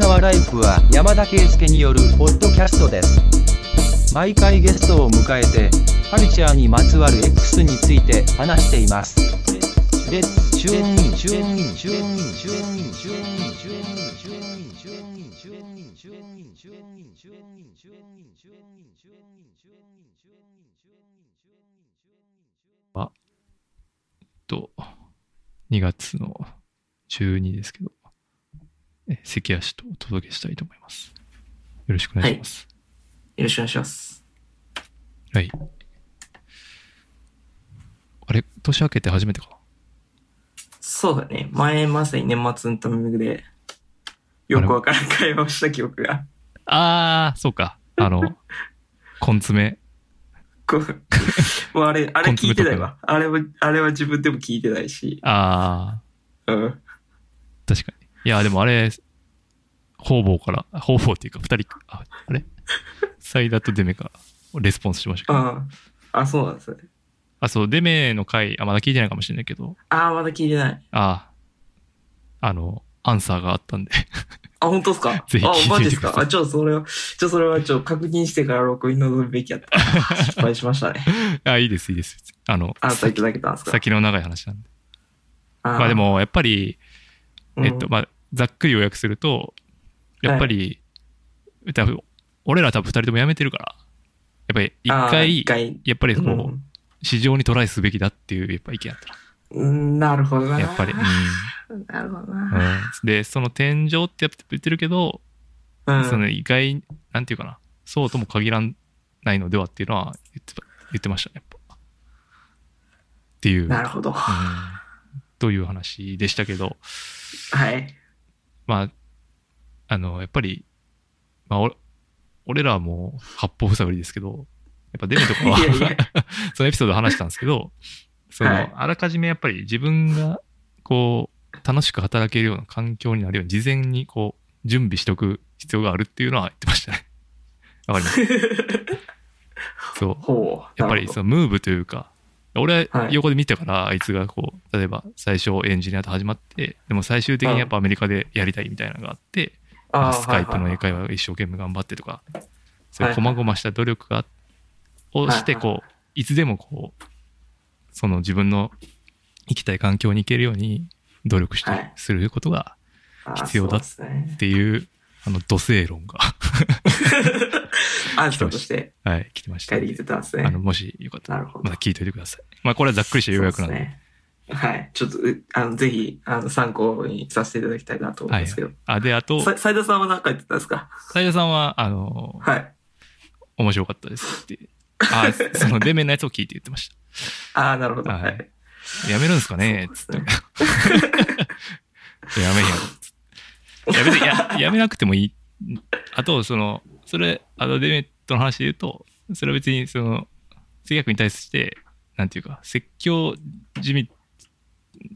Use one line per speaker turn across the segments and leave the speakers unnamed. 川ライフは山田圭介によるポッドキャストです毎回ゲストを迎えてカルチャーにまつわる X について話していますレッツチューンインチューンインチューンインチューンインチューンインチューンインチューンインチューンインチューンインチューンインチューンインチューンインチューンインチューンインチューンインチューンインチューンインチューン
と、2月の12ですけど、え関谷氏とお届けしたいと思います。よろしくお願いします。
よろしくお願いします。
はい。あれ年明けて初めてか
そうだね。前まさに年末のタイミングで、よくわからん会話をした記憶が、
ああ、そうか。あ の、根詰
こう、もうあれ、あれ
コンツ
聞
メ
いて
とか
ないわ。あれは、あれは自分でも聞いてないし、
ああ、
うん。
確かに。いや、でもあれ、方々から、方々っていうか、二人、ああ れサイダーとデメがレスポンスしましたけど。
ああ、あ、そうなんですね。
あ、そう、デメの回、あ、まだ聞いてないかもしれないけど、
ああ、まだ聞いてない。
ああ、あの、アンサーがあったんで、
あ、本当ですか
ぜひ聞いてみて
あ、マジです
くだ
か
さい
あ、ちょ、それは、ちょ、それは、ちょ、確認してから録音に臨むべきやった。失敗し ましたね。
あ、いいです、いいです。あの、
あなたいただけたんですか
先の長い話なんで。
あー
まあで、も、やっぱり、
うん
えっと、まあ、ざっくり要約すると、やっぱり、多分俺ら多分二人とも辞めてるから、やっぱり一
あー
回、
一回、
やっぱりこう、
うん
市場にトライすべきだっていう、やっぱ意見あった
うん、なるほどな。
なやっぱり、う
なるほ
ん。う
どな。
んで、その天井ってやっぱ言ってるけど、
うん。
その意外、なんていうかな、そうとも限らないのではっていうのは言ってた言ってましたね、やっぱ。っていう、
なるほど。は
うんという話でしたけど、
い。
まあ、あの、やっぱり、まあ、お俺らはもう八方塞がりですけど、やっぱデメとかは
いやいや
そのエピソード話したんですけど、その、
はい
あらかじめやっぱり自分が、こう、楽しく働けるような環境になるように、事前にこう、準備しておく必要があるっていうのは言ってましたね。 わかります。そう。
ほう。
やっぱり
なるほ
そのムーブというか、俺は
はい
横で見てたから、あいつがこう、例えば最初エンジニアと始まって、でも最終的にやっぱアメリカでやりたいみたいなのがあって、
ど
まあ
あー
スカイプの
は
英
いはい
会話を一生懸命頑張ってとか、そうい
は
う
い
細々した努力が、をして、
はい
こう、いつでもこう、その自分の行きたい環境に行けるように努力して
はい
することが、
あー
必要だ
そうですね
っ。ていう、あの、土星論が、
アンサーとして
はい、来てました
帰
ん
って
で。
きてたんですね。
あの、もしよかった
な
ら、
るほど
また聞いといてください。まあ、これはざっくりした要約なんで。
そうすねはい。ちょっと、うあの、ぜひ、あの、参考にさせていただきたいなと思うんですけど。
あ、で、あと、
さ斉田さんは何か言ってたんですか
斉田さんは、あの、
はい。
面白かったですって。あ、そ の、デメのやつを聞いて言ってまし
ああ、なるほど。
はい
はい。
た。やめるんですかねつっ
そ
て。
う
や
で
めへんやろ。やめて、や、やめなくてもいい。あと、その、それ、あの、デメとの話で言うと、それは別に、その、制約に対して、なんていうか、説教じみ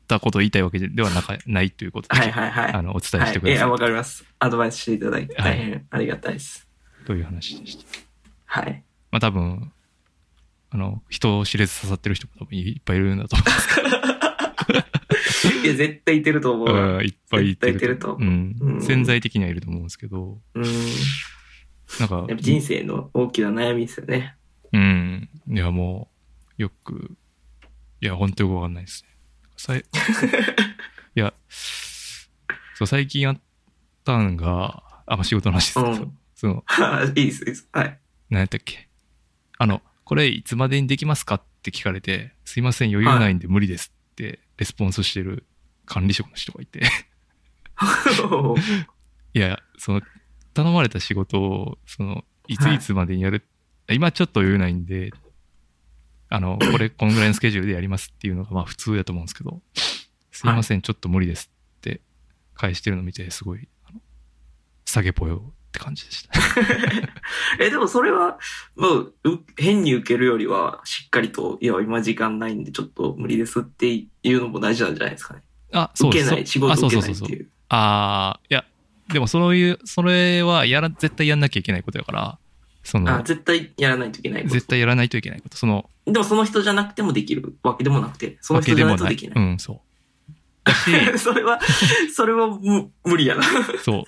たことを言いたいわけではなかないということで、
はいはいはい。
あの、お伝えしてく
はい。い
ださ
や、
い。
わかります。アドバイスしていただいて、
はい
大変ありがたいです。
という話でした。
はい。
まあ多分、あの、人を知れず刺さってる人も多分いっぱいいるんだと思うんですけ
いや、絶対いてると思
ど、
う。
うんいっぱいいてる。
絶対いてると
う
思
ん
う。ん
潜在的にはいると思うんですけど、
うん。
なんか
やっぱ、人生の大きな悩みですよね。
うん。いや、もう、よく、いや、本当よくわかんないですね。さ いいや、そう、最近やったんが、あ、まあ仕事の話ですけど、
うん
その、
いいです、いいです。はい。
何やったっけあの、これいつまでにできますかって聞かれて、すいません、余裕ないんで無理ですってレスポンスしてる管理職の人がいて、いや、その、頼まれた仕事を、その、いついつまでにやる、今ちょっと余裕ないんで、あの、こ れこのぐらいのスケジュールでやりますっていうのが、まあ普通だと思うんですけど、すいません、ちょっと無理ですって返してるの見て、すごい、あの、下げぽよって感じでした。
え、でもそれは、もう、う変に受けるよりは、しっかりと、いや、今時間ないんで、ちょっと無理ですっていうのも大事なんじゃないですかね。
あ、そう
受
で
け
す
ない、仕
あ
事
そう
受
そう
け
そ
ないうっ
そう
て。いう。
ああ、いや、でもそういう、それはやら、絶対やんなきゃいけないことやから、そ
あ
の、
絶対やらないといけないこと
絶対やらないといけないこと、その、
でもその人じゃなくてもできるわけでもなくて、その
わけ
人じ
で
ゃない
も
と
な
で
い。
きない。
うん、そう。だし、
それは、それは無無理やな。
そ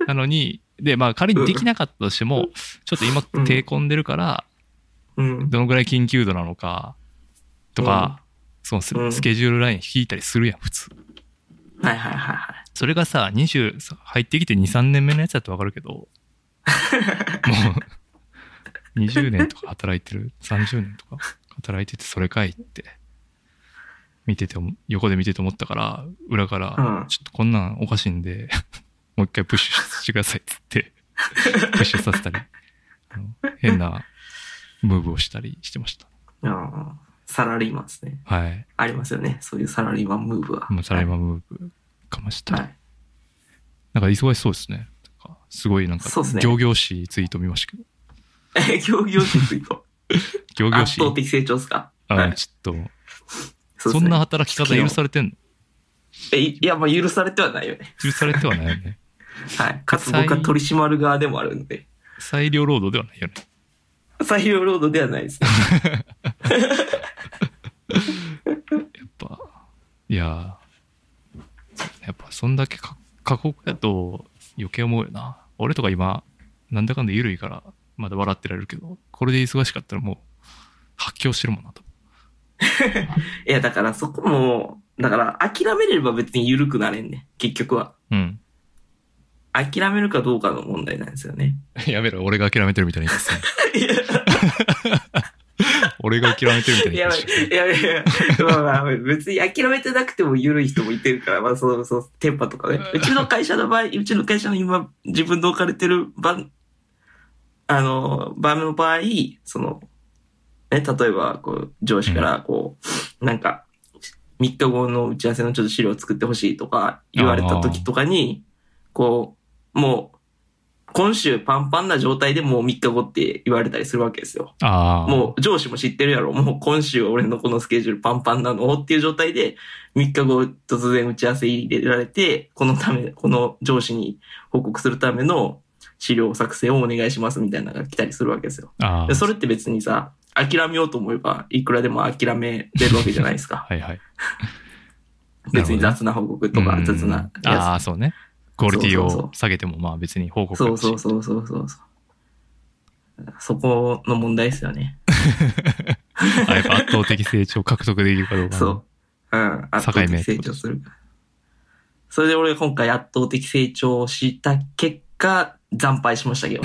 う。なのに、で、まあ仮にできなかったとしても、ちょっと今
うん
手込んでるから、
うん。
どのぐらい緊急度なのか、とか、そのス
うん
スケジュールライン引いたりするやん、普通。
はいはいはいはい。
それがさ、20、入ってきて2、3年目のやつだとわかるけ ど、もう、20年とか働いてる、30年とか働いてて、それかいって、見てて思、横で見てて思ったから、裏から、
うん
ちょっとこんなんおかしいんで、 もう一回プッシュしてくださいっつって、 プッシュさせたり、あの変なムーブをしたりしてました。
うんサラリーマンですね。
はい。
ありますよね。そういうサラリーマンムーブは。
もうサラリーマンムーブかました。
はい。はい
なんか忙しそうですね。なんかすごいなんか、
そうですね
行々しいツイート見ましたけど。
え、競技用紙ツイート。
行々
圧
し
倒
い。
的成長ですかは
あ
い。
ちょっと、
う
そ
ですね
んな働き方許されてんの
え、いや、まあ許されてはないよね。
許されてはないよね。
はい。かつ僕は取り締まる側でもあるんで。
裁量労働ではないよね。
採用労働ではな いですね。
やっぱ、いやー、やっぱそんだけか過酷だと余計思うよな。俺とか今、なんだかんだ緩いから、まだ笑ってられるけど、これで忙しかったらもう、発狂してるもんなと。
いや、だからそこも、だから諦めれば別に緩くなれんね。結局は。
うん。
諦めるかどうかの問題なんですよね。
やめろ、俺が諦めてるみたいな言い 方する
いや
俺が諦めてるみたいな言い
やば
方
い
してる。
やばいやばいまあまあ別に諦めてなくても緩い人もいてるから、まあ、そうそう、テンパとかね。うちの会社の場合、うちの会社の今、自分の置かれてる場、あの、場の場合、その、ね、例えば、こう、上司から、こう、なんか、3日後の打ち合わせのちょっと資料を作ってほしいとか言われた時とかに、こう、もう、今週パンパンな状態でもう3日後って言われたりするわけですよ。
ああ。
もう上司も知ってるやろ。もう今週は俺のこのスケジュールパンパンなのっていう状態で、3日後突然打ち合わせ入れられて、このため、この上司に報告するための資料作成をお願いしますみたいなのが来たりするわけですよ。
あ
で
あ。
それって別にさ、諦めようと思えば、いくらでも諦めれるわけじゃないで すか。
はいはい。
別に雑な報告とか、雑な
うんあ
や
あ、そうね。クオリティ
そうそうそ
を
う
下げても、まあ別に報
つ。
告
そうそううそうそうそうそう。そこの問題ですよね。
あやっぱ圧倒的成長を獲得できるかどうか。
そう。。うん。圧倒的成長する。それで俺今回圧倒的成長をした結果、惨敗しました けど。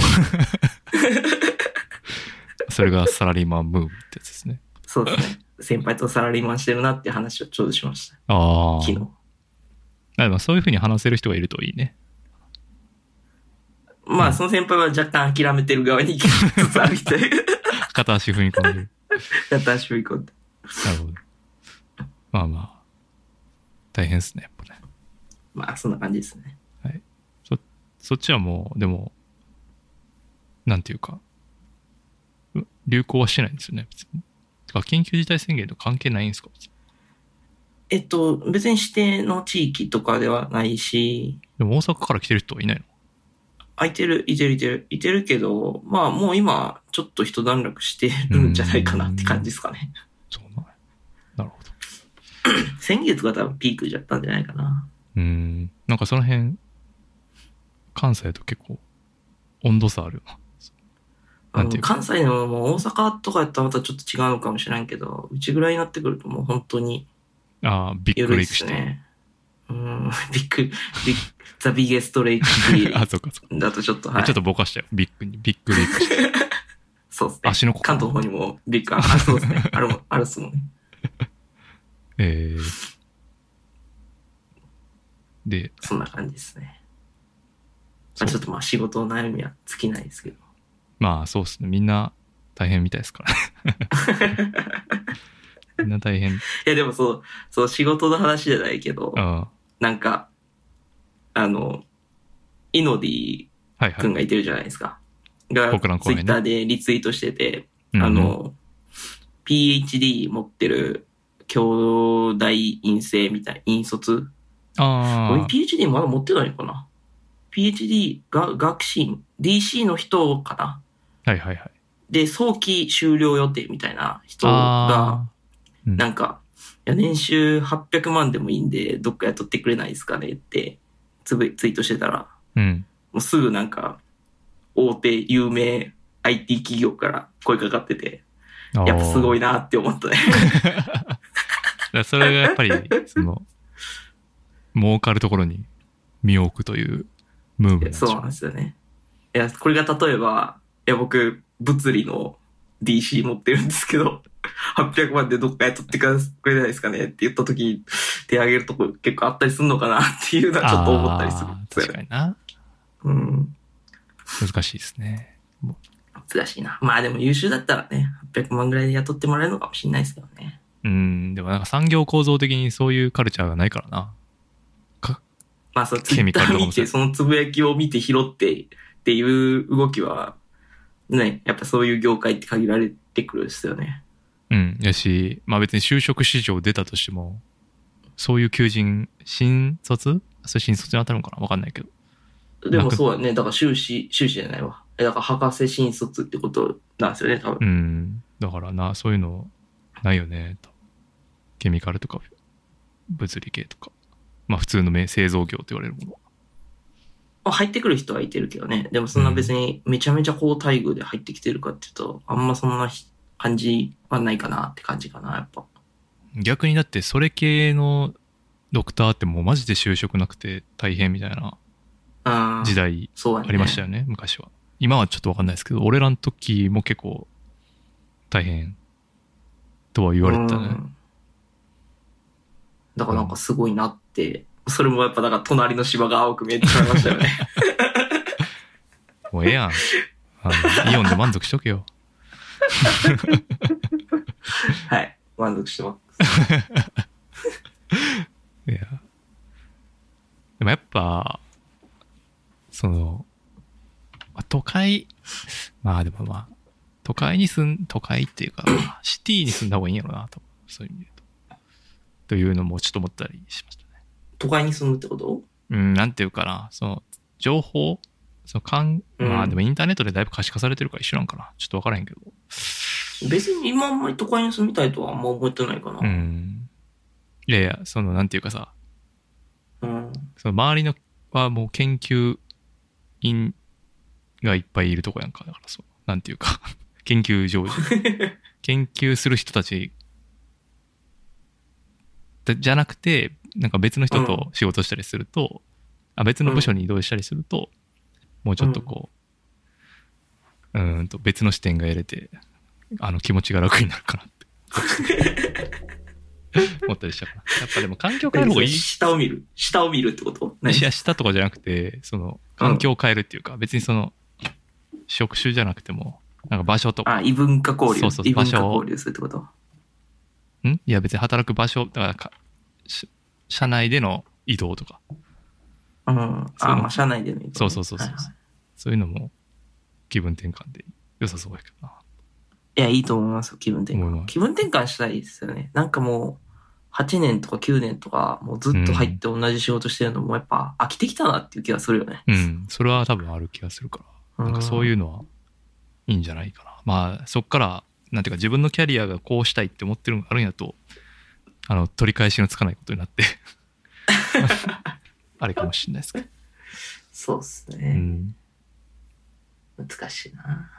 それがサラリーマンムーブってやつですね。
そうですね。先輩とサラリーマンしてるなって話をちょうどしました。
あ
昨日。
あ。でもそういうふうに話せる人がいるといいね。
まあ、その先輩は若干諦めてる側に行きつつあ る人
片足踏み込んでる。
やったらしぶり込んで。
なるほど。まあまあ。大変ですね、やっぱね。
まあ、そんな感じですね。
そっちはもう、でも、なんていうか、う流行はしてないんですよね、別に。てか緊急事態宣言と関係ないんですか別に
えっと、別に指定の地域とかではないし、
でも大阪から来てる人はいないの
空いてる、いてる、いてる、いてるけど、まあ、もう今、ちょっと一段落してるんじゃないかなって感じですかね。
そうなんやなるほど。
先月が多分ピークじゃったんじゃないかな。
うーん。なんかその辺、関西と結構、温度差あるよな。なんていうか
関西でももう大阪とかやったらまたちょっと違うのかもしれんけど、うちぐらいになってくるともう本当に
ああ、びっく
緩い
り
っ
し
す
て。
ね。うん、 ビッグ、ビッグ、ザ・ビゲスト・レイクシ
あ、
ー
そうかそう
だとちょっと、
か。
はい。
ちょっとぼかしたよ。ビッグに、ビッグ リークして。
そうですね。
足のここ。
関東の方にもビッグ、あ、そ うですね。あるもん、あるっすもんね。
えーで、
そんな感じですね。まあ、ちょっとまあ仕事の悩みは尽きないですけど。
まあそうっすね。みんな大変みたいですからね。 みんな大変。
いやでもそう、そう仕事の話じゃないけど、
あ
なんか、あの、イノディ
はいはい
くん。がいてるじゃないですか。が、
僕らの後
ツイ
輩ね
ッターでリツイートしてて、
うん
あ、の、PhD 持ってる兄弟院生みたい、院卒俺
あ
PhD まだ持ってないのかな ?PhD が学士院、DC の人かな
あ、はいはいはい。
で、早期終了予定みたいな人が、
あーうん
なんか、いや、年収800万でもいいんで、どっか雇ってくれないですかねって、つぶツイートしてたら、
うん。
もうすぐなんか、大手有名 IT 企業から声かかってて、やっぱすご
い。
いなって思った ね。
だからそれがや っぱり、その、儲かるところに身を置くというムーブメントです
そうなんですよね。いや、これが例えば、いや、僕、物理の DC 持ってるんですけど、800万でどっかへ取ってくだくれないですかねって言った時に、手挙げるとこ結構あったりするのかなっていうのはちょっと思ったりする
あ
ん
ー
ですよ
確か
ね。
にな。
うん。
難しいですね。
難しいな。まあでも優秀だったらね、800万ぐらいで雇ってもらえるのかもしれないですけどね。
うん、でもなんか産業構造的にそういうカルチャーがないからな。
まあそう、ツイ
ケミ
ッタ
カル
ー
とか
見
もそ
て、
う
そのつぶやきを見て拾ってっていう動きは、ね、やっぱそういう業界って限られてくるんですよね。
うん。やし、まあ別に就職市場出たとしても、そういう求人、新卒それ新卒に当たるのかなわかんないけど。
でもそうだね。だから修士、修士じゃないわ。えだから博士新卒ってことなんですよね、多分。
うん。だからな、そういうのないよね、と。ケミカルとか、物理系とか。まあ普通のめ製造業って言われるもの。
まあ入ってくる人はいてるけどね。でもそんな別にめちゃめちゃ高待遇で入ってきてるかっていうと、あんまそんなひ感じはないかなって感じかな、やっぱ。
逆にだってそれ系のドクターってもうマジで就職なくて大変みたいな
あ
時代
そうだね。
ありましたよね、昔は。今はちょっとわかんないですけど、俺らの時も結構大変とは言われてた
う
ね。
んだからなんかすごいなって、それもやっぱなんか隣の芝が青く見えてしまいましたよね。
もうええやん。あのイオンで満足しとけよ。
はい。満足してます。
いや。でもやっぱ、その、まあ都会、まあでもまあ、都会に住ん、都会っていうか、まあシティに住んだ方がいいんやろうなと。そういう意味で言うと。というのもちょっと思ったりしましたね。
都会に住むってこと
うん、なんていうかな、その、情報、その、かん、
うん
まあでもインターネットでだいぶ可視化されてるから一緒なんかな。ちょっとわからへんけど。
別に今あんまり都会に住みたいとはあんま思ってないかな。
うん。いやいや、その、なんていうかさ、
うん
その周りのはもう研究員がいっぱいいるとこやんか。だからそう、なんていうか、 研究上研究する人たちだじゃなくて、なんか別の人と仕事したりすると、あ別の部署に移動したりすると、もうちょっとこう、うーんと別の視点が得れて、あの気持ちが楽になるかなって。思ったりしたかな。やっぱでも環境変える方がいい
下を見る。下を見るってこと何
いや、したとかじゃなくて、その、環境を変えるっていうか、別にその、職種じゃなくても、なんか場所とか、
あ、異文化交流。
そうそう
異文
場
化
所を
交流するってこと
んいや、別に働く場所、だからか、し社内での移動とか、
うん。
そう
あ、まあ、社内での移動ね
そうそうそうそう
はいはい
そういうのも気分転換で良さそうやけどな。
いや、いいと思いますよ、気分転
思い
換。
ます
気分転換したいですよね。なんかもう、8年とか9年とか、もうずっと入って同じ仕事してるのも、やっぱ飽きてきたなっていう気がするよね。。
うん、それは多分ある気がするから。なんかそういううのはいいんじゃないかな。まあそっから、なんていうか自分のキャリアがこうしたいって思ってるのがあるんやと、あの、取り返しのつかないことになって、 あれかもしれないですけど。
そうっす
う
ね。
ん。
難しいな。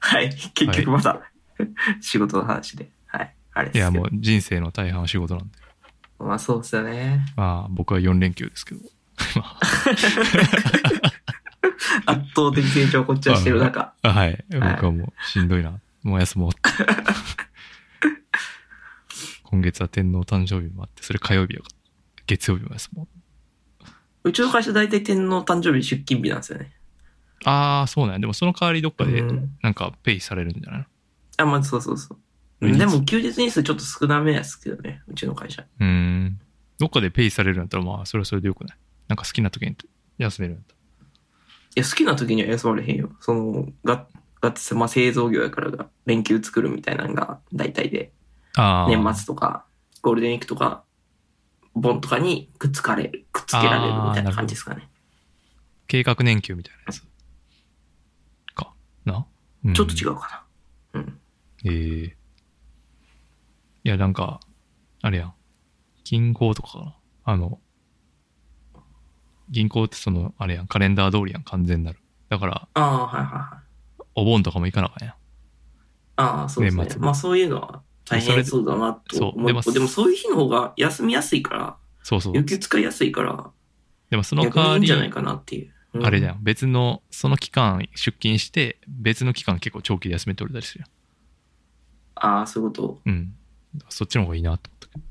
はい。結局まだ、 仕事の話で。はい。あれです
い
けど
やもう人生の大半は仕事なんで。
まあ、そうっすよね。
まあ僕は4連休ですけど。ま
圧倒的成長をこっちはしてる中。
あはい。僕はもうしんどいな。もう休 もうって。今月は天皇誕生日もあって、それ火曜日やから。月曜日も休もう。
うちの会社大体天皇誕生日出勤日なんですよね。
ああ、そうなんや。でもその代わりどっかで
うん
なんかペイされるんじゃないの
あ、まあそうそうそう。
うん
でも休日日数ちょっと少なめですけどね、うちの会社。
うーん。どっかでペイされるんだったら、まあ、それはそれでよくない。なんか好きな時に休めるんだった
いや、好きな時には休まれへんよ。その、が、がっつ、まあ製造業やからが、連休作るみたいなのが大体で、
ら。ああ。
年末とか、ゴールデンウィークとか、盆とかにくっつかれる、くっつけられるみたいな感じですかね。
計画年休みたいなやつ。か。な、
ちょっと違
う
うかな。うん。
ん。ええいや、なんか、あれやん。銀行とかかな。あの、銀行ってその、あれやん、カレンダー通りやん、完全なる。だから、
ああ、はいはいはい。
お盆とかも行かなあかんやん。
ああ、そうですね
年。末
まあそういうのは大変そうだなと
そうで
思う。で
も
もでもそういう日の方が休みやすいから、
そうそう。
有給使いやすいから、
でもその
逆
代
にい
わ
いん
り
じ、ゃないかなっていう。
あれじゃ
ん。
ん。別の、その期間出勤して、別の期間結構長期で休めておれたりする
ああ、そういうこと。
やん。うん。そっちの方がいいなと思ったけど。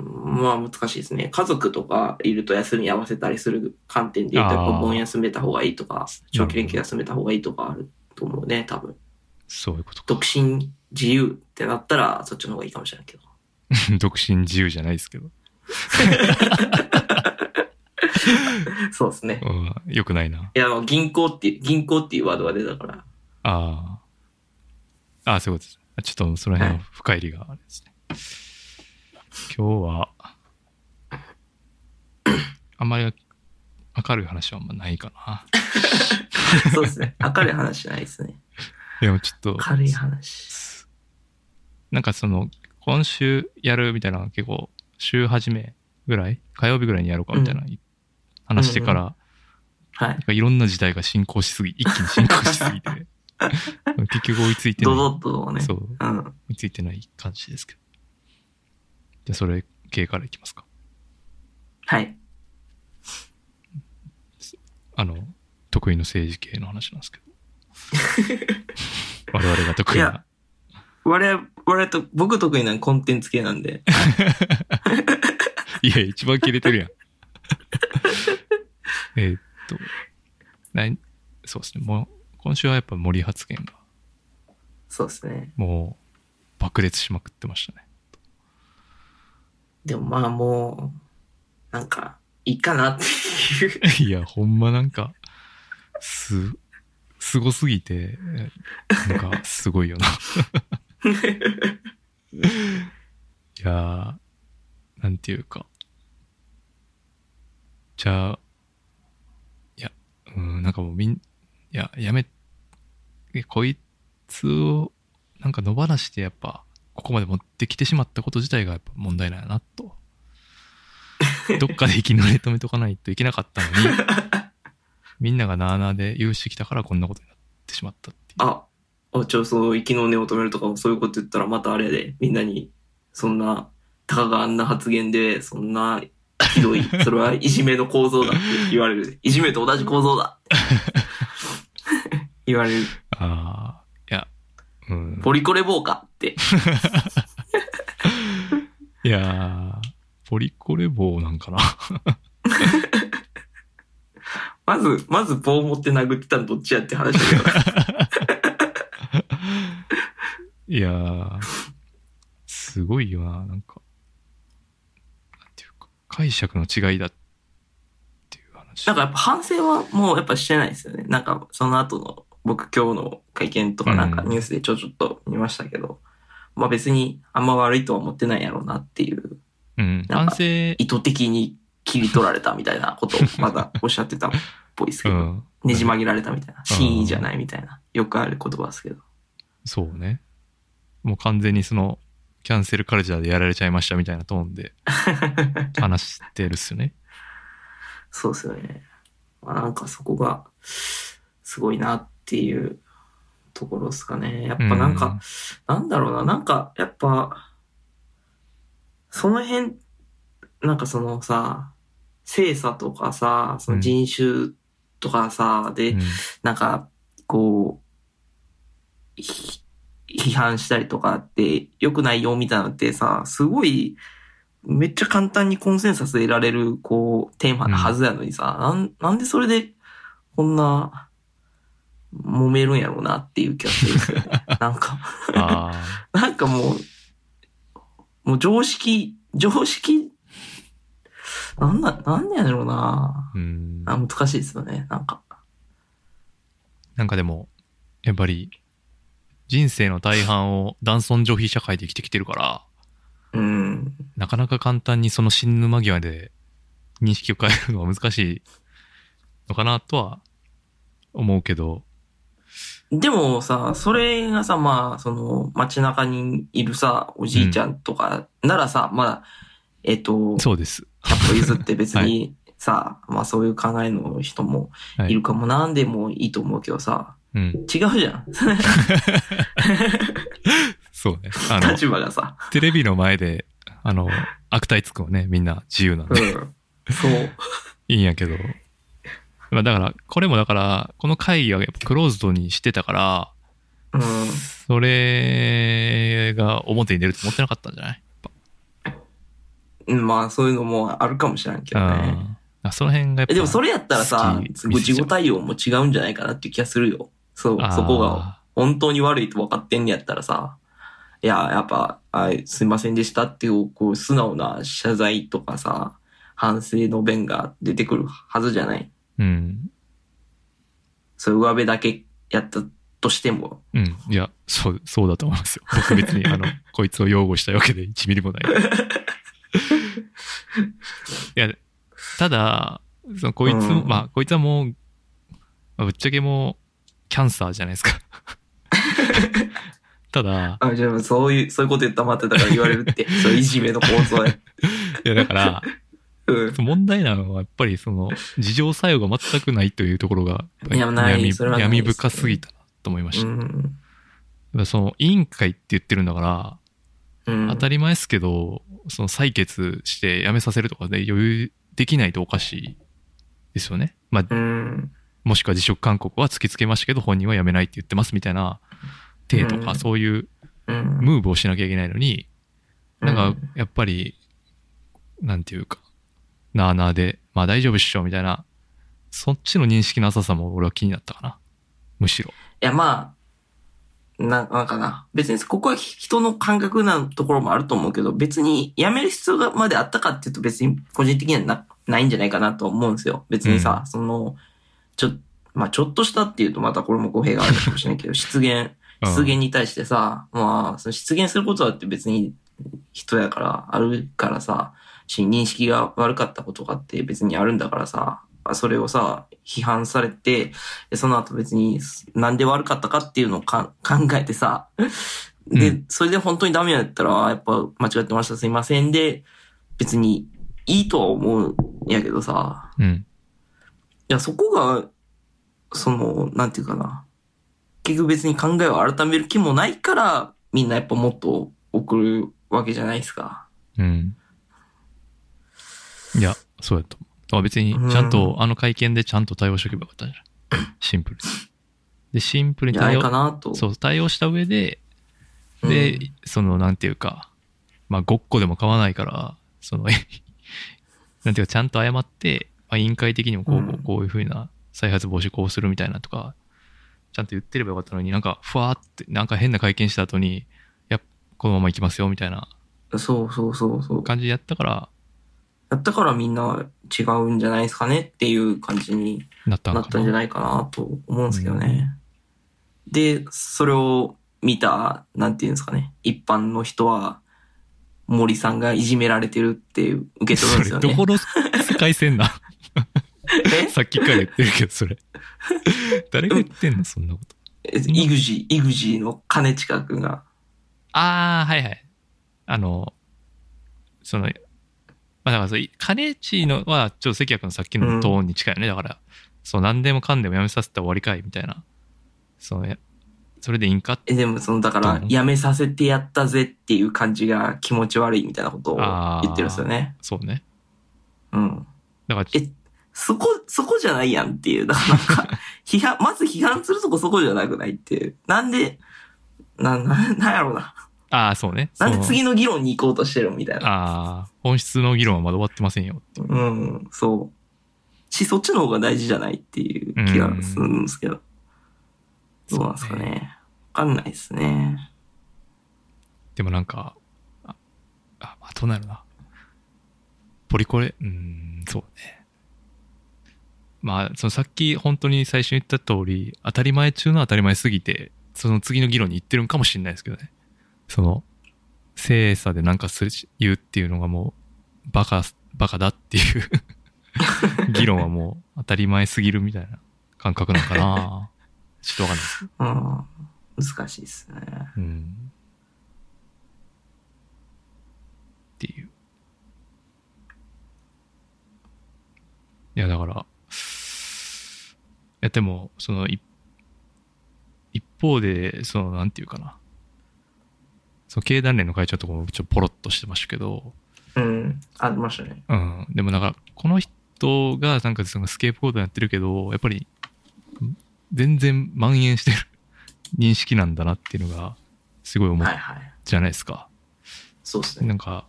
まあ難しいですね。家族とかいると休み合わせたりする観点で言うと、やっぱ
あー
盆休めた方がいいとか、長期連
な
休
る
休めた方がいいとかあると思うね、多分。
そういうこと
独
か。
身自由ってなったら、そっちの方がいいかもしれないけど。
独身自由じゃないですけど。
そうですね。
うん、よくないな。
いや、銀行って、銀行っていうワードが出たから。
ああ。ああ、そういうことです。ちょっとその辺は深入りがあれですね。今日は、あんまり明るい話はあんまないかな。
そうです ね。明るい話じゃないですね。
でもちょっと、
軽い話。
なんかその、今週やるみたいなのが結構、週始めぐらい火曜日ぐらいにやろうかみたいな話してから、
はい
なん。かいろんな事態が進行しすぎ、一気に進行しすぎ て、結局追いついて
ドド
な
ッとね
い。。そう、
うん。
追いついてない感じですけど。じゃあそれ系からいきますか。
はい。
あの、得意の政治系の話なんですけど。我々が得意
い
な
や。我々、我々と、僕得意なのコンテンツ系なん で。
いや、一番切れてるやん。 えーっと、来そうですね、もう、今週はやっぱ森発言が、
そうですね。
もう、爆裂しまくってましたね。
でもまあもう、なんか、いいかなって いう。
いや、ほんまなんか、す、すごすぎて、なんか、すごいよな。いやー、なんていうか。じゃあ、いや、うん、なんかもうみん、いや、やめ、えこいつを、なんか野放しでやっぱ、ここまで持ってきてしまったこと自体がやっぱ問題なんやな、と。どっかで生きのれ止めとかないといけなかったのに、みんながなあなあで許してきたからこんなことになってしまったっていう。
あ、おちょ、そう、息の根を止めるとか、そういうこと言ったら、またあれやで、みんなに、そんな、たかがあんな発言で、そんな、ひどい、それはいじめの構造だって言われる。いじめと同じ構造だって言われる。
ああ、いや、うん。
ポリコレボーかって。
いやー、ポリコレ棒なんかな。
まず、まず棒持って殴ってたのどっちやって話だけど。
いやー、すごいよな、なんか。なんていうか、解釈の違いだっていう話。
なんかやっぱ反省はもうやっぱしてないですよね。なんかその後の僕今日の会見とかなんか
うん
ニュースでちょちょっと見ましたけど、まあ別にあんま悪いとは思ってないやろうなっていう、
うん、
なん
反
か
省、
意図的に切り取られたみたいな ことをまだおっしゃってたっぽいです
う
けど、
ん。
ねじ曲げられたみたいな、真意じゃないみたいな、よくある言葉ですけど。
そうね。もう完全にその、キャンセルカルチャーでやられちゃいましたみたいなトーンで話してるっすよね。
そうですよね。まあ、なんかそこが、すごいなっていうところですかね。やっぱなんか、なんだろうな、なんか、やっぱ、その辺、なんかそのさ、性差とかさ、その人種とかさ、
う
で、
ん、
なんか、こう、ひ批判したりとかって良くないよみたいなのってさ、すごい、めっちゃ簡単にコンセンサス得られる、こう、テーマなはずやのにさ、なん、なんでそれで、こんな、揉めるんやろうなっていう気がするん ですよね。なんか。
あ
なんかもう、もう常識、常識、なんだ、なんやろうな
ーうん。
あ難しいですよね、なんか。
なんかでも、やっぱり、人生の大半を男尊女卑社会で生きてきてるから、
うん。
なかなか簡単にその死ぬ間際で認識を変えるのは難しいのかなとは思うけど、
でもさ、それがさ、まあ、その、街中にいるさ、おじいちゃんとかならさ、まだ、えっと、
そうです。
100歩譲って別 にさ、まあそういう考えの人も
はい
いるかもなんでもいいと思うけどさ、
うん。
違うじゃん。
そうね。あ の、
立場がさ。
テレビの前で、あの、悪態つくのね、みんな自由なん
うん。
で、
そう。
いいんやけど。まあだから、これもだから、この会議はやっぱクローズドにしてたから、
うん。
それが表に出ると思ってなかったんじゃない
うんまあそういうのもあるかもしれんけどね。
うん。その辺がやっぱ。
えでもそれやったらさ
好き、
すごい自己対応も違うんじゃないかなっていう気がするよ。そう
あ、ー
そこが本当に悪いと分かってんねやったらさ、いや、やっぱ、あすいませんでしたっていう、こう、素直な謝罪とかさ、反省の弁が出てくるはずじゃない。
うん。
そういう上辺だけやったとしても。
うん。いや、そう、そうだと思いますよ。僕別 に、あの、こいつを擁護したいわけで1ミリもない。いや、ただ、そのこいつ、
うん
まあ、こいつはもう、まあぶっちゃけもう、キャンサーじゃないですか。 ただ、
あ、じゃあそういう、そういうこと言ったらまってたから言われる って。そういういじめの構造や。
いや、だから、
うん。
問題なのはやっぱりその自浄作用が全くないというところが
いやない
闇
それはないです
闇深すぎたなと思いまし
う
た。やっ
ん。
ぱその委員会って言ってるんだから、
うん。
当たり前ですけど、その採決して辞めさせるとかで余裕できないとおかしいですよね。まあ、
うん。
もしくは辞職勧告は突きつけましたけど本人は辞めないって言ってますみたいな体と
う
か
ん
そういう
うん。
ムーブをしなきゃいけないのに、なん
う
か、やっぱり、なんていうか、なあなあで、まあ大丈夫っしょ、みたいな、そっちの認識の浅さも俺は気になったかな。むしろ。
いや、まあ、な、なんかな。別にここは人の感覚なところもあると思うけど、別に辞める必要がまであったかっていうと別に個人的にはなないんじゃないかなと思うんですよ。別にさ、その、ちょ、まあちょっとしたっていうとまたこれも語弊があるかもしれないけど、失言、
うん
失言に対してさ、まあ、その失言することだって別に人やから、あるからさ、し認識が悪かったことがあって別にあるんだからさ、あそれをさ、批判されて、でその後別になんで悪かったかっていうのをか考えてさ、で、
うん
それで本当にダメだったら、あやっぱ間違ってましたすいませんで、別にいいとは思うんやけどさ、
うん。
いや、そこが、その、なんていうかな。結局別に考えを改める気もないから、みんなやっぱもっと送るわけじゃないですか。
うん。いや、そうやと思う。だから別に、ちゃんと、あの会見でちゃんと対応しておけばよかったんじゃ ないシンプルに。で、シンプルに
じゃな
対
い
応
か、なと。
そう、対応した上で、
うん
で、その、なんていうか、まあ、ごっこでも買わないから、その、え なんていうか、ちゃんと謝って、まあ、委員会的にもこう、こ
う
うんこういうふうな再発防止こうするみたいなとか、ちゃんと言ってればよかったのになんか、ふわーって、なんか変な会見した後に、いや、このまま行きますよ、みたいな
そうそうそうそう。
感じでやったから、
やったからみんな違うんじゃないですかねっていう感じに
なった
な
の
っ
か
たん
な。
じゃないかなと思うんですけどね。で、それを見た、なんていうんですかね、一般の人は、森さんがいじめられてるって受け取るん
そ
です
れ、
よ
ど
ね。
この世界線な
え
さっきから言ってるけど、それ。 誰が言ってんのそんなこと。
えイグジー、イグジーの金近くんが。
ああ、はいはい。あの、その、まあだからそう、い金地のは、ちょっと関谷君のさっきのトーンに近いよね。だから、そう、何でもかんでもやめさせたら終わりかい、みたいな。そうね。それでいいんかって。
え、でもその、だか
ど
ら
う、
やめさせてやったぜっていう感じが気持ち悪いみたいなことを
あー
言ってるんですよね。
そうね。
うん。
だから、
え、そこ、そこじゃないやんっていう。だからなん か、批判、まず批判するとこそこじゃなくないっていう。なんで、な、 な、なんやろうな。
ああ、そうね。
なん
そ
で
の
次の議論に行こうとしてるみたいな。
ああ、本質の議論はまだ終わってませんよ。
うん、そう。し、そっちの方が大事じゃないっていう気がするんですけど。
うん
どうなんですか
そう
ね。わかんないですね。
でもなんか、あ、あまあ、どうなるな。ポリコレ、うーん、そうね。まあ、そのさっき本当に最初に言った通り、当たり前中の当たり前すぎて、その次の議論に行ってるんかもしれないですけどね。その、精査でなんかするし、言うっていうのがもう、バカ、バカだっていう議論はもう当たり前すぎるみたいな感覚なのかな。ちょっとわかんないです。
うん。難しいですね。
うん。っていう。いや、だから、いや、でも、その、い一方で、その、なんていうかな。その経団連の会長のとこもちょっとポロッとしてましたけど、
うん。ありましたね。
うん。でもなんか、この人がなんかそのスケープコードやってるけど、やっぱり、ん全然蔓延してる 認識なんだなっていうのが、すごい思う
はいはい。
じゃないですか。
そうですね。
なんか、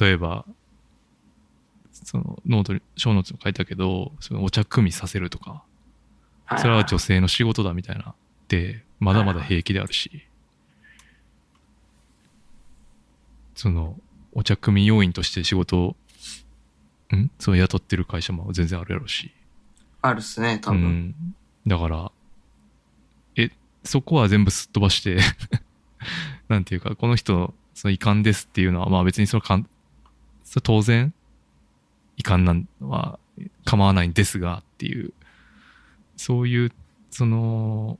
例えば、そのノートに、小ノートに書いたけど、そのお茶組みさせるとか、
いいい
それは女性の仕事だみたいな、で、まだまだ平気であるし、その、お茶組み要員として仕事を、んその雇ってる会社も全然あるやろうし、
あるっすね、多
う
分。
ん、だからえそこは全部すっ飛ばして なんていうかこの人のその遺憾ですっていうのはまあ別にそれはかんそれは当然遺憾なんは構わないんですがっていうそういうその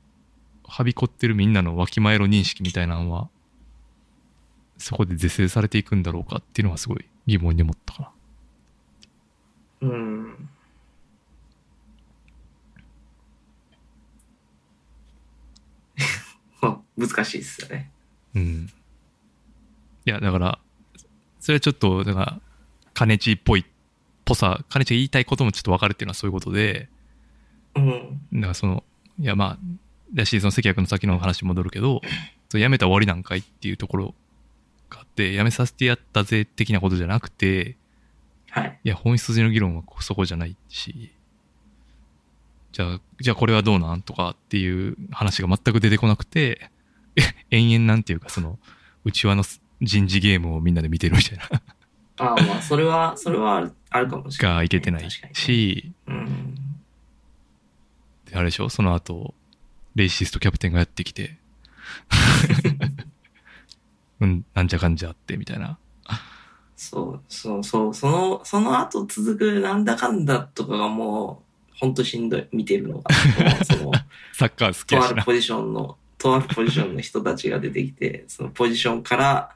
はびこってるみんなのわきまえろ認識みたいなのはそこで是正されていくんだろうかっていうのはすごい疑問に思ったかな。
うん。 まあ、難しいっすよね。
うん。いや、だから、それはちょっと、だから、金地っぽい、っぽさ、金地が言いたいこともちょっと分かるっていうのはそういうことで、
うん。
だからその、いや、まあ、だし、その関谷君の先の話に戻るけど、それ辞めたら終わりなんかいっていうところがあって、辞めさせてやったぜ的なことじゃなくて、
はい。
いや、本質の議論はそこじゃないし、じゃあ、じゃあこれはどうなんとかっていう話が全く出てこなくて、 え延々なんていうか、その、内輪の人事ゲームをみんなで見てるみたいな、
ああ、まあ、それは、それはあるあるかもしれない。
がいけてない
確かに
し、
うん。
であれでしょ、その後、レイシストキャプテンがやってきて、 うん、なんじゃかんじゃあって、みたいな。
そう、そう、そう、その、その後続くなんだかんだとかがもう、ほんとしんどい、見てるのが。その、
サッカー好きや
とあ
し
る
な。
ポジションの、とあるポジションの人たちが出て きて、そのポジションから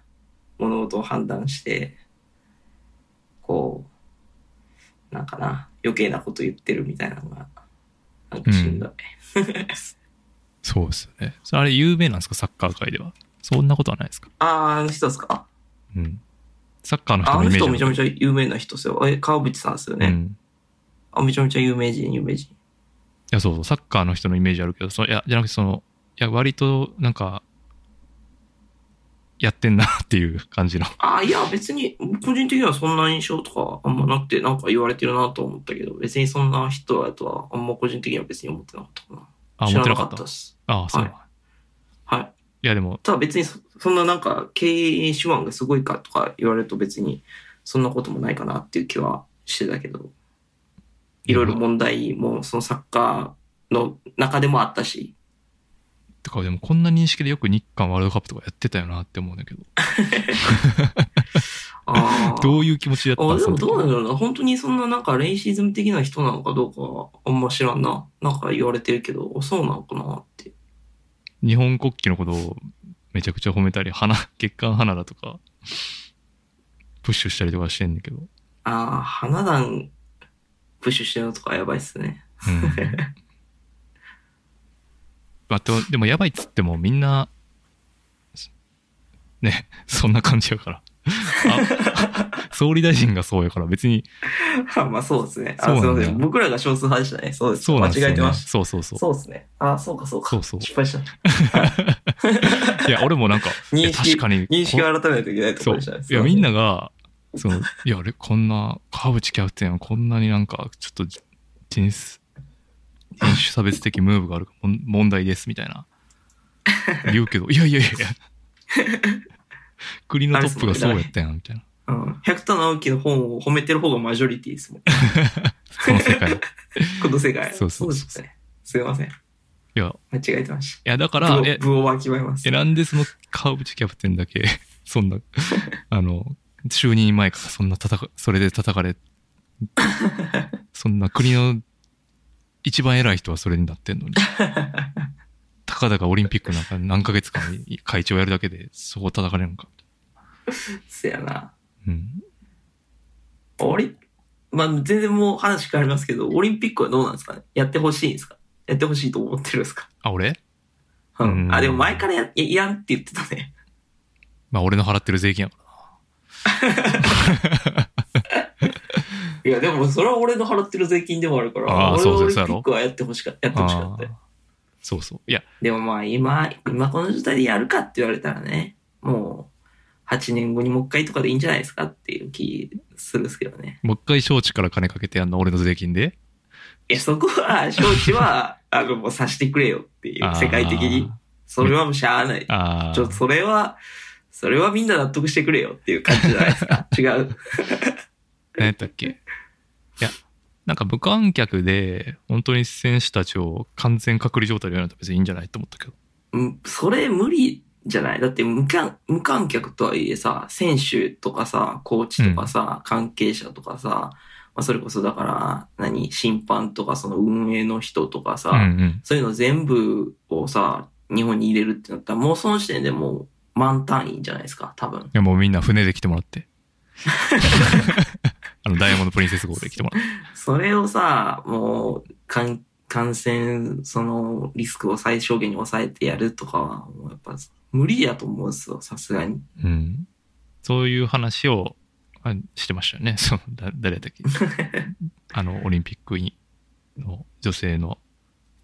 物事を判断して、こう、なんかな、余計なこと言ってるみたいなのが、なんかしんどい。
そうですよね。それあれ有名なんですか、サッカー界では。そんなことはないですか。
ああ、あの人ですか
うん。サッカーの人
あ
の
あ
イ
の
メージ
人
は
めちゃめちゃ有名な人ですよ。え、川淵さんですよね。
うん。
あ、めちゃめちゃ有名人、有名人。
いや、そうそう、サッカーの人のイメージあるけど、そいや、じゃなくて、その、いや、割と、なんか、やってんなっていう感じの。
ああ、いや、別に、個人的にはそんな印象とかあんまなくて、なんか言われてるなと思ったけど、別にそんな人だとは、あんま個人的には別に思ってなかったか
あ、
な。知
思ってな
らなか
か
っ
った
た。です。
あ、そうなん。い、
はい。
や、でも、
ただ別にそ、そんななんか、経営手腕がすごいかとか言われると別に、そんなこともないかなっていう気はしてたけど、いろいろ問題も、そのサッカーの中でもあったし、
とか、でも、こんな認識でよく日韓ワールドカップとかやってたよなって思うんだけど、
ああ。
どういう気持ちだった
あ
ん
でも
その
どう
時
なんだろうな。本当にそんななんかレイシズム的な人なのかどうかはあんま知らんな。なんか言われてるけど、そうなのかなって。
日本国旗のことをめちゃくちゃ褒めたり、花、月刊花だとか、プッシュしたりとかしてんだけど、
ああ、花壇プッシュしてるのとかやばいっすね。
うん。 まあ、でもでもやばいっつってもみんな、ね、そんな感じやから。 あ総理大臣がそうやから別に、
まあそうですね。あ
そう
す
なんだよ
いません。僕らが少数派でしたね。そうです。
そうなんですよ、ね。
間違えてました。
そうそうそう。
そうですね。ああ、そうかそうか。
そうそう
失敗した。
いや、俺もなんか、いや
認識
確かに。
認識を
こ
改めないといけないとこ
そ
ろ
う。
でしたね。
いや、みん。なが、その、いや、あれ、こんな、川淵キャプテンはこんなになんか、ちょっとじ、人種、人種差別的ムーブがあるかもん問題です、みたいな。言うけ ど、いやいやいやいや。国のトップがそうやったやん、みたいな。
うん。百田直樹の本を褒めてる方がマジョリティで すもん。
この世界。い
この世界。
そうそうそう
ですね。すいません。
や、い
間違えてまし
や、だか
た。
ら、
部
え
を、部をわきまえます
え。なんでその川淵キャプテンだけ、 そんな、あの、就任前からそんな叩か、それで叩かれ、そんな国の一番偉い人はそれになってんのに。たかだかオリンピックなんか何ヶ月間会長やるだけで、そこ叩かれるのか。
せやな。
うん。
オリ、まあ、全然もう話変わりますけど、オリンピックはどうなんですかねやってほしいんですかやってほしいと思ってるんですか
あ、俺
うん
うん
あ、でも前からや、いやんって言ってたね。
まあ俺の払ってる税金やから
いや、でもそれは俺の払ってる税金でもあるから、
あー
俺
そ
の
う
オ
そう
リンピ
そうやろ
ックはやってほしかや ってほしかったよ。
あーそうそう。いや、
でもまあ今、今この状態でやるかって言われたらね、もう8年後にもう一回とかでいいんじゃないですかっていう気するんですけどね。
もう一回招致から金かけてやんの俺の税金で。
いや、そこは、招致は、あの、もうさしてくれよっていう、世界的に。それはもうしゃあない。
あーあー。
ちょっとそれは、それはみんな納得してくれよっていう感じじゃないですか。違う。
何やったっけいや、なんか無観客で、本当に選手たちを完全隔離状態でやるのと別にいいんじゃないと思ったけど。
うんそれ無理じゃないだって無観無観客とはいえさ、選手とかさ、コーチとかさ、関係者とかさ、まあ、それこそだから、何、審判とかその運営の人とかさ、
うんうん。
そういうの全部をさ、日本に入れるってなったら、もうその時点でもう満単位じゃないですか、多分
い。や、もうみんな船で来てもら って。あの、ダイヤモンドプリンセス号で来てもらって。
それをさ、もう、感感染、その、リスクを最小限に抑えてやるとかは、もうやっぱ、無理やと思うんですよ、さすがに。
うん。そういう話をあしてましたよね。その、だ誰やったっ けあの、オリンピックにの女性の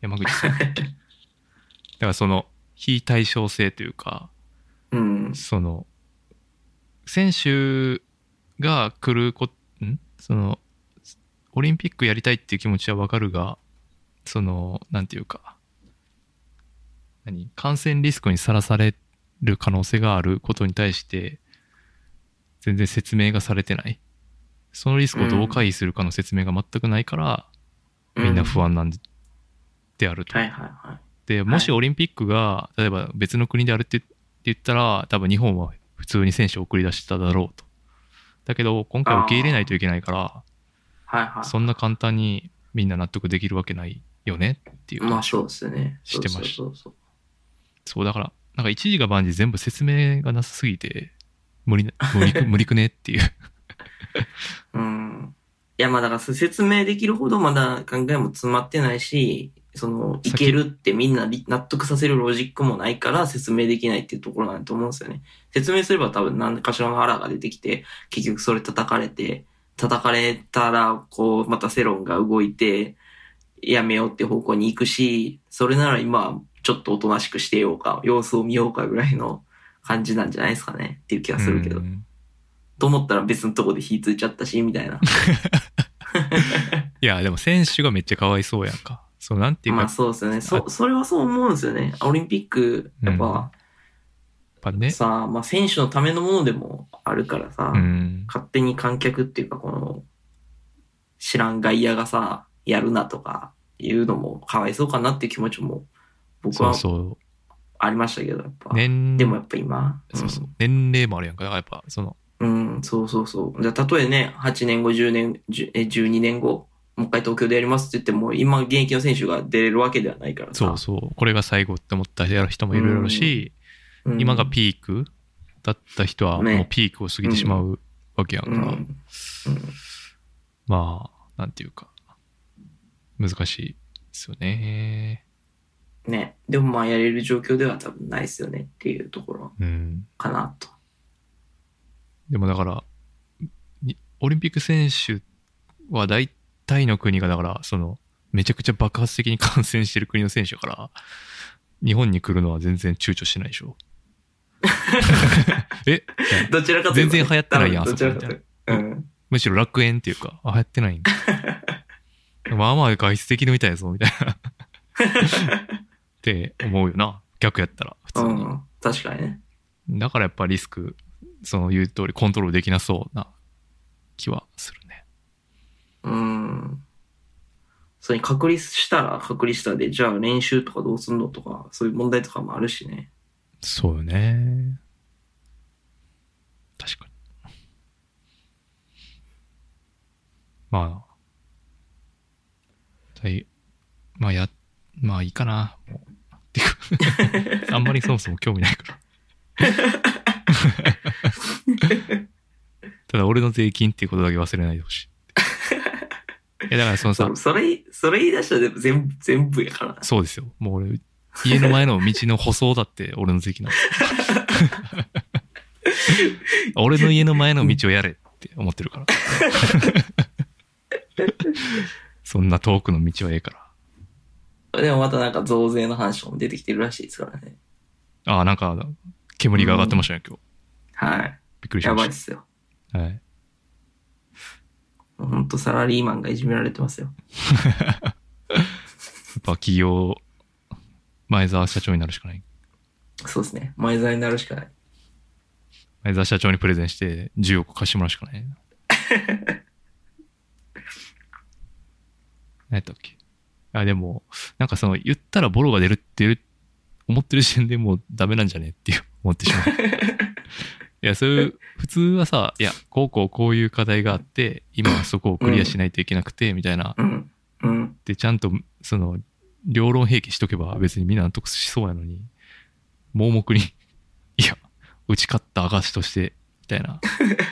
山口さんだっけだ からその、非対称性というか、
うん。
その選手が来るこんそのオリンピックやりたいっていう気持ちはわかるがそのなんていうか何感染リスクにさらされる可能性があることに対して全然説明がされてないそのリスクをどう回避するかの説明が全くないから、みんな不
安。
安なんでであると
はいはいはい。
でもしオリンピックが例えば別の国であるってって言ったら多分日本は普通に選手を送り出しただろうとだけど今回受け入れないといけないか
はいは
ら
い。
そんな簡単にみんな納得できるわけないよねっていう、
まあそうですね。
してました
そうそうそう
そうだからなんか一時が万事全部説明がなさすぎて無理な無 理く無理くねっていう
そう。うん。いやまあだから説明できるほどまだ考えも詰まってないし、その、い
先
けるってみんなり納得させるロジックもないから説明できないっていうところなんだと思うんですよね。説明すれば多分何かしらの腹が出てきて、結局それ叩かれて、叩かれたら、こう、また世論が動いて、やめようって方向に行くし、それなら今、ちょっとおとなしくしてようか、様子を見ようかぐらいの感じなんじゃないですかねっていう気がするけど
う。ん
と思ったら別のとこで火ついちゃったし、みたいな。
いやでも選手がめっちゃかわいそうやんかそうなんていうか
ま
や
あ
っ
そうですよね。そ、それはそう思うんですよね。オリンピック、やっぱ
ぱね
さ、まあ選手のためのものでもあるからさ、
うん
勝手に観客っていうかこの、知らん外野がさ、やるなとかいうのもかわいそうかなっていう気持ちも僕
そ
は
うそ
ありましたけど、やっぱ。
う年
でもやっぱ今、
そうそううん年齢もあるやんかだからやっぱその
うん、そうそうそう。じゃあ、たとえね、8年後、10年、10え12年後、もう一回東京でやりますって言っても、今現役の選手が出れるわけではないからさ。
そうそうこれが最後って思った人もいるやろうし、
うん
今がピークだった人は
ね
もうピークを過ぎてしまうわけやんか
う
ら、
ん。
まあなんていうか難しいですよね
ね。でもまあやれる状況では多分ないですよねっていうところ
うん
かなと。
でもだからにオリンピック選手は大体の国がだからそのめちゃくちゃ爆発的に感染してる国の選手だから日本に来るのは全然躊躇しないで しょえ
どちらかという
全
とね、
然流行ってないやん
多分どちらかというと。うん。
むしろ楽園っていうか、あ、やってないんだ。まあまあ外出できるみたいやぞ、みたいな。って思うよな。逆やったら、普通
う
に。
ん。確かにね。
だからやっぱリスク、その言う通りコントロールできなそうな気はするね。
うん。それに隔離したら隔離したで、じゃあ練習とかどうすんのとか、そういう問題とかもあるしね。
そうよね。確かに。まあ、はい、まあや、まあいいかな。もうっていうかあんまりそもそも興味ないから。ただ俺の税金っていうことだけ忘れないでほしい。や、だからそのさ
そ、それ、それ言い出したらでも全部、全部やから。
そうですよ。もう俺、家の前の道の舗装だって 俺の責なんです俺の家の前の道をやれって思ってるから。 そんな遠くの道はええから。
でもまたなんか増税の話も出てきてるらしいですからね。
ああ、なんか、煙が上がってましたね、今日。
はい。
びっくりし
や
ま
ばいっ
し
すよ。
た。はい。
ほんとサラリーマンがいじめられてますよ。
やっぱ企業、前澤社長になるしかない。
そうですね。前座になるしかない。
前澤社長にプレゼンして10億貸してもらうしかない。何やったっけあ、でも、なんかその、言ったらボロが出るっていう、思ってる時点でもうダメなんじゃねっていう思ってしまう。いや、そういう、普通はさ、いや、こうこうこういう課題があって、今はそこをクリアしないといけなくて、みたいな。
うん。うん。
で、ちゃんと、その、両論併記しとけば別にみんな納得しそうやのに、盲目に、 いや、打ち勝った証として、みたいな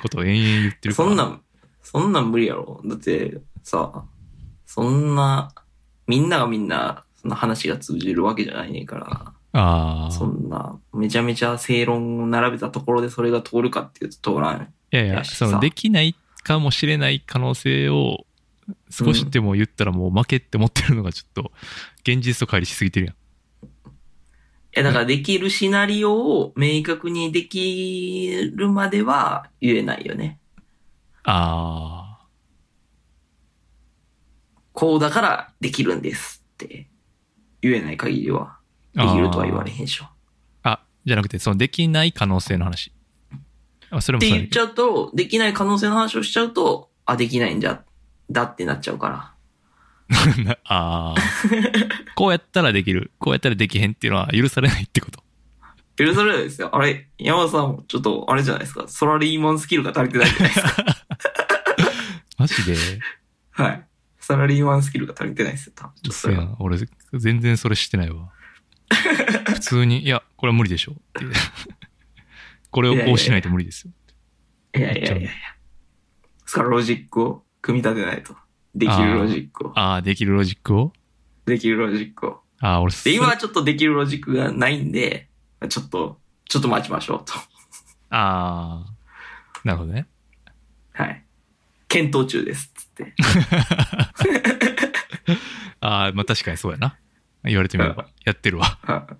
ことを延々言ってるから。
そんなん、そんなん無理やろ。だって、さ、そんな、みんながみんな、そんな話が通じるわけじゃないねんから、
あ
そ
あ。
んな、めちゃめちゃ正論を並べたところでそれが通るかっていうと通らない。
いやいや、
よし
そ
さ
の、
あ
できないかもしれない可能性を、少しでも言ったらもう負けって思ってるのがちょっと、現実と乖離しすぎてるやん。
いや、だからできるシナリオを明確にできるまでは言えないよね。
あ
こうだからできるんですって言えない限りは、
あ
で
ー
きるとは言われへんでしょ。
あ。あ、じゃなくて、その、できない可能性の話。あ、それも
って
そう
言
やけ
っち
ど
ゃうと、できない可能性の話をしちゃうと、あ、できないんじゃ、だってなっちゃうから。
な ああ。こうやったらできる。こうやったらできへんっていうのは許されないってこと。
ペルソレですよ。あれ、山田さん、ちょっと、あれじゃないですか。ソラリーマンスキルが足りてないじゃないですか。
マジ で
はい。サラリーマンスキルが足りてないですよ、多分。ちょっとそ
そう
れ
や
は。
な。俺、全然それしてない わ。普通に、いや、これは無理でしょっていう。これをこうしないと無理ですよ。
いやいやいやいや。ですから、ロジックを組み立てないと。できるロジックを。
ああ、できるロジックを
できるロジックを。
ああ、俺、
で、今はちょっとできるロジックがないんで、ちょっと、ちょっと待ちましょうと。
ああ、なるほどね。
はい。検討中です、つって。
ああ、まあ確かにそうやな。言われてみれば。やってるわ。
は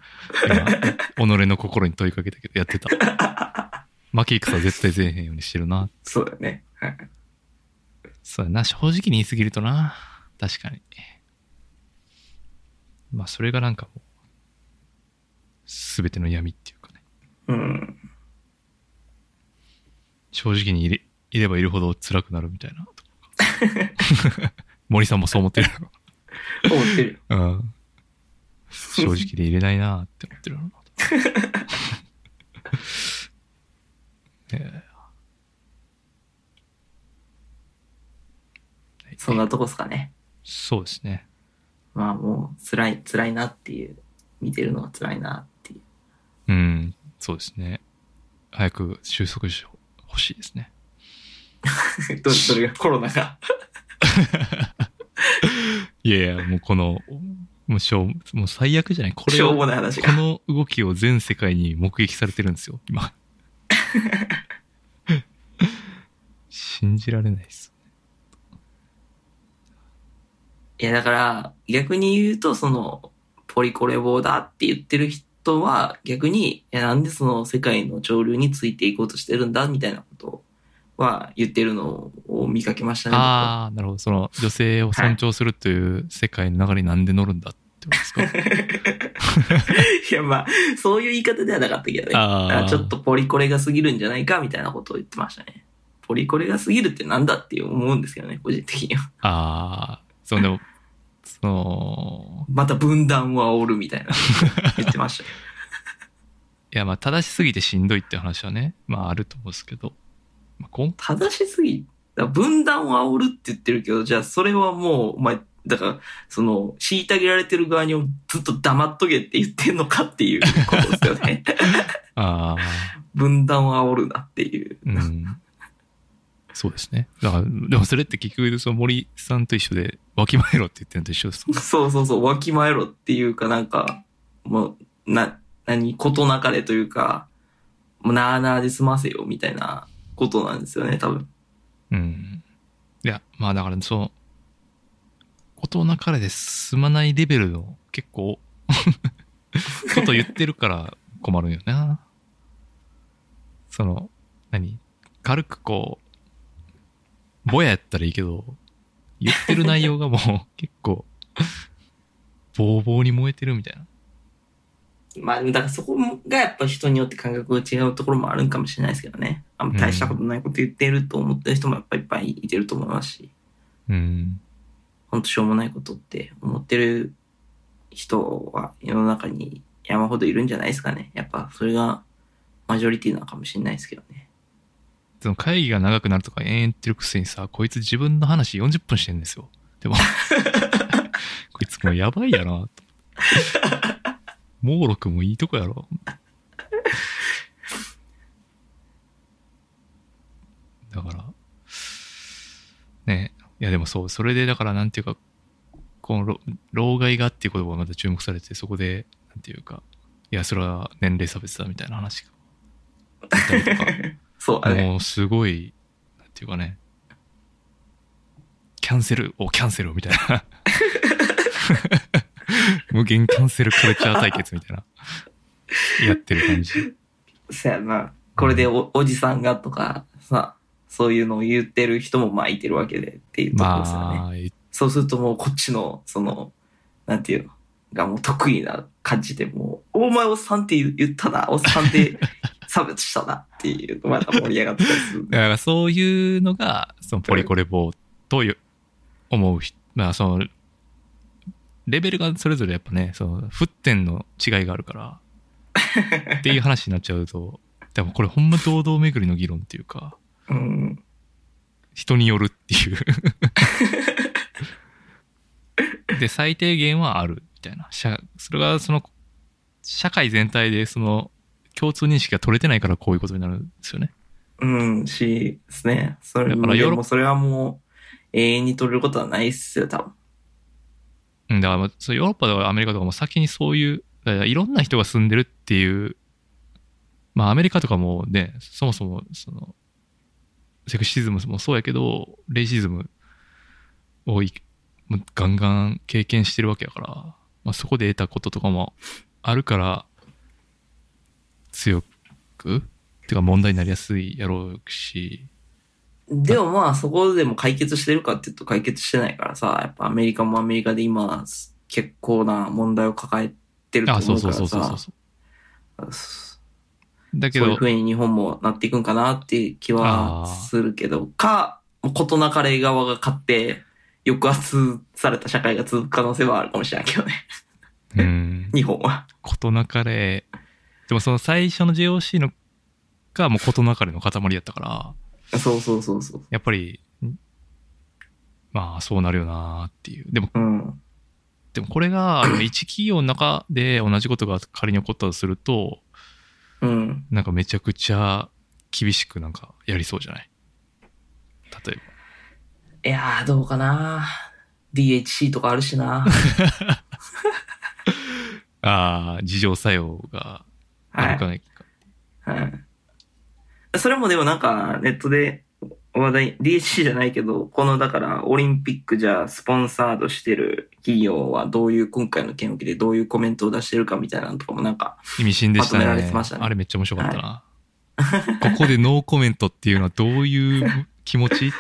今、己の心に問いかけたけど、やってた。 負け戦は絶対せえへんようにしてるな。
そうだね。はい。
そうやな、正直に言い過ぎるとな。確かに。まあ、それがなんかもう、すべての闇っていうかね。
うん。
正直にいれいればいるほど辛くなるみた いなとこか。森さんもそう思ってるやろ
思ってる。
うん。正直でいれないなって思って るやろな。ねえはい
そんなとこっすかね。
そうですね。
まあもう、辛い、辛いなっていう。見てるのが辛いなっていう。
うん、そうですね。早く収束してほしいですね。
どそれがコロナが。
いやいや、もうこの、もうしょう、もう最悪じゃない。これ
しょ
を、
う
こ
もない話が。
の動きを全世界に目撃されてるんですよ、今。信じられないです。
いやだから、逆に言うと、その、ポリコレボーだって言ってる人は、逆に、いやなんでその世界の潮流についていこうとしてるんだみたいなことは言ってるのを見かけましたね。僕は
ああ、なるほど。その、女性を尊重するという世界の流れになんで乗るんだってことですか。
いや、まあ、そういう言い方ではなかったけどね。
あー
だからちょっとポリコレが過ぎるんじゃないかみたいなことを言ってましたね。ポリコレが過ぎるってなんだって思うんですけどね、個人的には。
ああ、そうでも、その、
また分断を煽るみたいな言ってましたよ
いや、まあ、正しすぎてしんどいって話はね、まあ、あると思うんですけど、まあ、今
正しすぎ。だから分断を煽るって言ってるけど、じゃあそれはもう、お前、だから、その、虐げられてる側にずっと黙っとけって言ってんのかっていうことですよね。
ああ、
分断を煽るなっていう。
うん。そうですね。だから、でもそれって結局、その森さんと一緒で、わきまえろって言ってるのと一緒です。
そうそうそう、わきまえろっていうかなんか、もう、な、何、ことなかれというか、もうなあなあで済ませよみたいなことなんですよね、多分。
うん。いや、まあだから、そう、ことなかれで済まないレベルの、結構、 こと言ってるから困るんよな。その、何軽くこう、ぼややったらいいけど、言ってる内容がもう結構、ぼうぼうに燃えてるみたいな。
まあ、だからそこがやっぱ人によって感覚が違うところもあるんかもしれないですけどね。あんま大したことないこと言ってると思ってる人もやっぱいっぱいいてると思いますし、
うん。
ほんとしょうもないことって思ってる人は世の中に山ほどいるんじゃないですかね。やっぱそれがマジョリティなのかもしれないですけどね。
その会議が長くなるとか延々言ってるくせにさ、こいつ自分の話40分してんですよ。でも、こいつもうやばいやなと思って。モーロクもいいとこやろ。だから、ねいやでもそう、それでだからなんていうか、このろ老害がっていう言葉がまた注目されて、そこで、なんていうか、いや、それは年齢差別だみたいな話が。だったりとか。
そうだね。
もうすごい、なんていうかね、キャンセル、お、キャンセルみたいな。無限キャンセルカルチャー対決みたいな。やってる感じ。
そやな。これでおおじさんがとかさ、そういうのを言ってる人もまあいてるわけでっていうところですよね。
まあ、い
そうするともうこっちの、その、なんていうの、がもう得意な感じでもう、お前おっさんって言ったな、おっさ んって差別したなっていう、また盛り上がったりする。
だからそういうのが、そのポリコレ棒とよ思う人、まあその、レベルがそれぞれやっぱね、その、沸点の違いがあるから、っていう話になっちゃうと、でもこれほんま堂々巡りの議論っていうか、
うん。
人によるっていう で最低限はあるみたいな社それがその社会全体でその共通認識が取れてないからこういうことになるんですよね
うん、し、ですね。それ
だから
で
ヨーロッ
もそれはもう、永遠に取れることはないっすよ、多分。
うんだからまあそうヨーロッパとかアメリカとかも先にそういうだからいろんな人が住んでるっていうまあアメリカとかもねそもそもそのセクシズムもそうやけどレイシズムをいもうガンガン経験してるわけやから、まあ、そこで得たこととかもあるから強くっていうか問題になりやすいやろうし
でもまあそこでも解決してるかって言うと解決してないからさ、やっぱアメリカもアメリカで今結構な問題を抱えてると
あそ
思
う
うか
そう
ら
そうそうそ
さ
う、そ
そう
だけ
そういう
ど
風に日本もなっていくんかなっていう気
あ
は
ー
するけど、か、もう事なかれ側が勝って、抑圧された社会が続く可能性はあるかもしれないけどね、
うん
日本は。
ことなかれ、でもその最初の JOC のがもうことなかれの塊やったから、
そうそうそうそう。
やっぱり、んまあそうなるよなーっていう。でも、
うん。
でもこれが、あの一企業の中で同じことが仮に起こったとすると、
うん。
なんかめちゃくちゃ厳しくなんかやりそうじゃない例えば。
いやー、どうかな DHC とかあるし な
ああ、事情作用があ
は
るか
い。
ないか。
はい。それもでもなんか、ネットで話題、DHC じゃないけど、このだから、オリンピックじゃあスポンサードしてる企業はどういう、今回の件を受けてどういうコメントを出してるかみたいなのとかもなんか、
意味深でしたね。
まとめられてましたね
あれめっちゃ面白かったな。ここでノーコメントっていうのはどういう気持ち